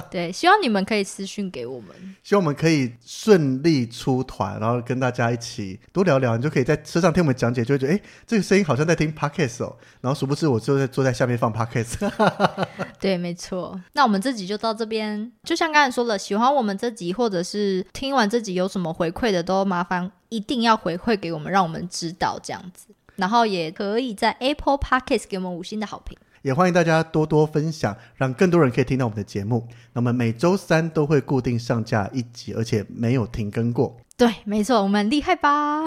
B: 对希望你们可以私讯给我们。
A: 希望我们可以顺利出团，然后跟大家一起多聊聊，你就可以在车上听我们讲解，就会觉得哎这个声音好像在听 podcast 哦，然后殊不知我就在坐在下面放 podcast。
B: 对，没错。那我们这集就到这边，就像刚才说了，喜欢我们这集或者是听完这集有什么回馈的，都麻烦一定要回馈给我们，让我们知道这样子。然后也可以在 Apple Podcast 给我们五星的好评。
A: 也欢迎大家多多分享，让更多人可以听到我们的节目。那么每周三都会固定上架一集，而且没有停更过。
B: 对，没错，我们很厉害吧？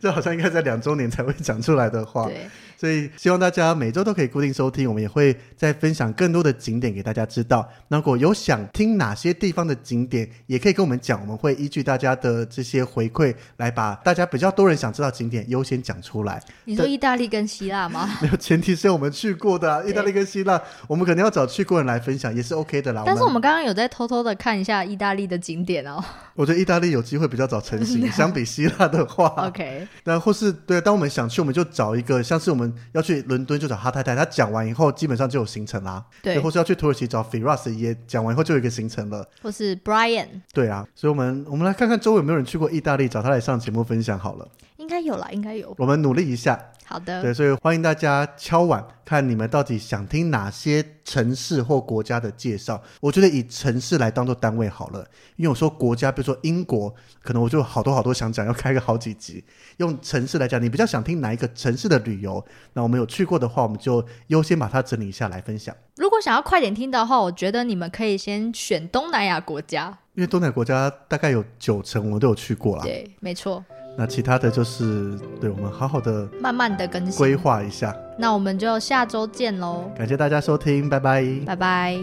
A: 这好像应该在两周年才会讲出来的话，
B: 对，
A: 所以希望大家每周都可以固定收听。我们也会再分享更多的景点给大家知道。那如果有想听哪些地方的景点，也可以跟我们讲，我们会依据大家的这些回馈来把大家比较多人想知道的景点优先讲出来。
B: 你说意大利跟希腊吗？
A: 没有前提是我们去过的、啊、意大利跟希腊，我们可能要找去过的人来分享，也是 OK 的啦。
B: 但是我们刚刚有在偷偷的看一下意大利的景点 哦。
A: 我觉得意大利有机会比较早成型，相比希腊的话，
B: OK，
A: 那或是对，当我们想去，我们就找一个，像是我们要去伦敦就找哈太太，她讲完以后基本上就有行程啦。
B: 对
A: 或是要去土耳其找 Firas 也讲完以后就有一个行程了。
B: 或是 Brian，
A: 对啊，所以我们我们来看看周围有没有人去过意大利，找他来上节目分享好了。
B: 应该有啦，应该有。
A: 我们努力一下，
B: 好的，
A: 对，所以欢迎大家敲碗，看你们到底想听哪些城市或国家的介绍。我觉得以城市来当做单位好了，因为我说国家，比如说英国，可能我就好多好多想讲，要开个好几集。用城市来讲，你比较想听哪一个城市的旅游？那我们有去过的话，我们就优先把它整理一下来分享。
B: 如果想要快点听的话，我觉得你们可以先选东南亚国家。
A: 因为东南亚国家大概有九成我们都有去过啦，
B: 对，没错，
A: 那其他的就是对我们好好的
B: 慢慢的更新。
A: 规划一下。
B: 那我们就下周见喽，
A: 感谢大家收听，拜拜
B: 拜拜。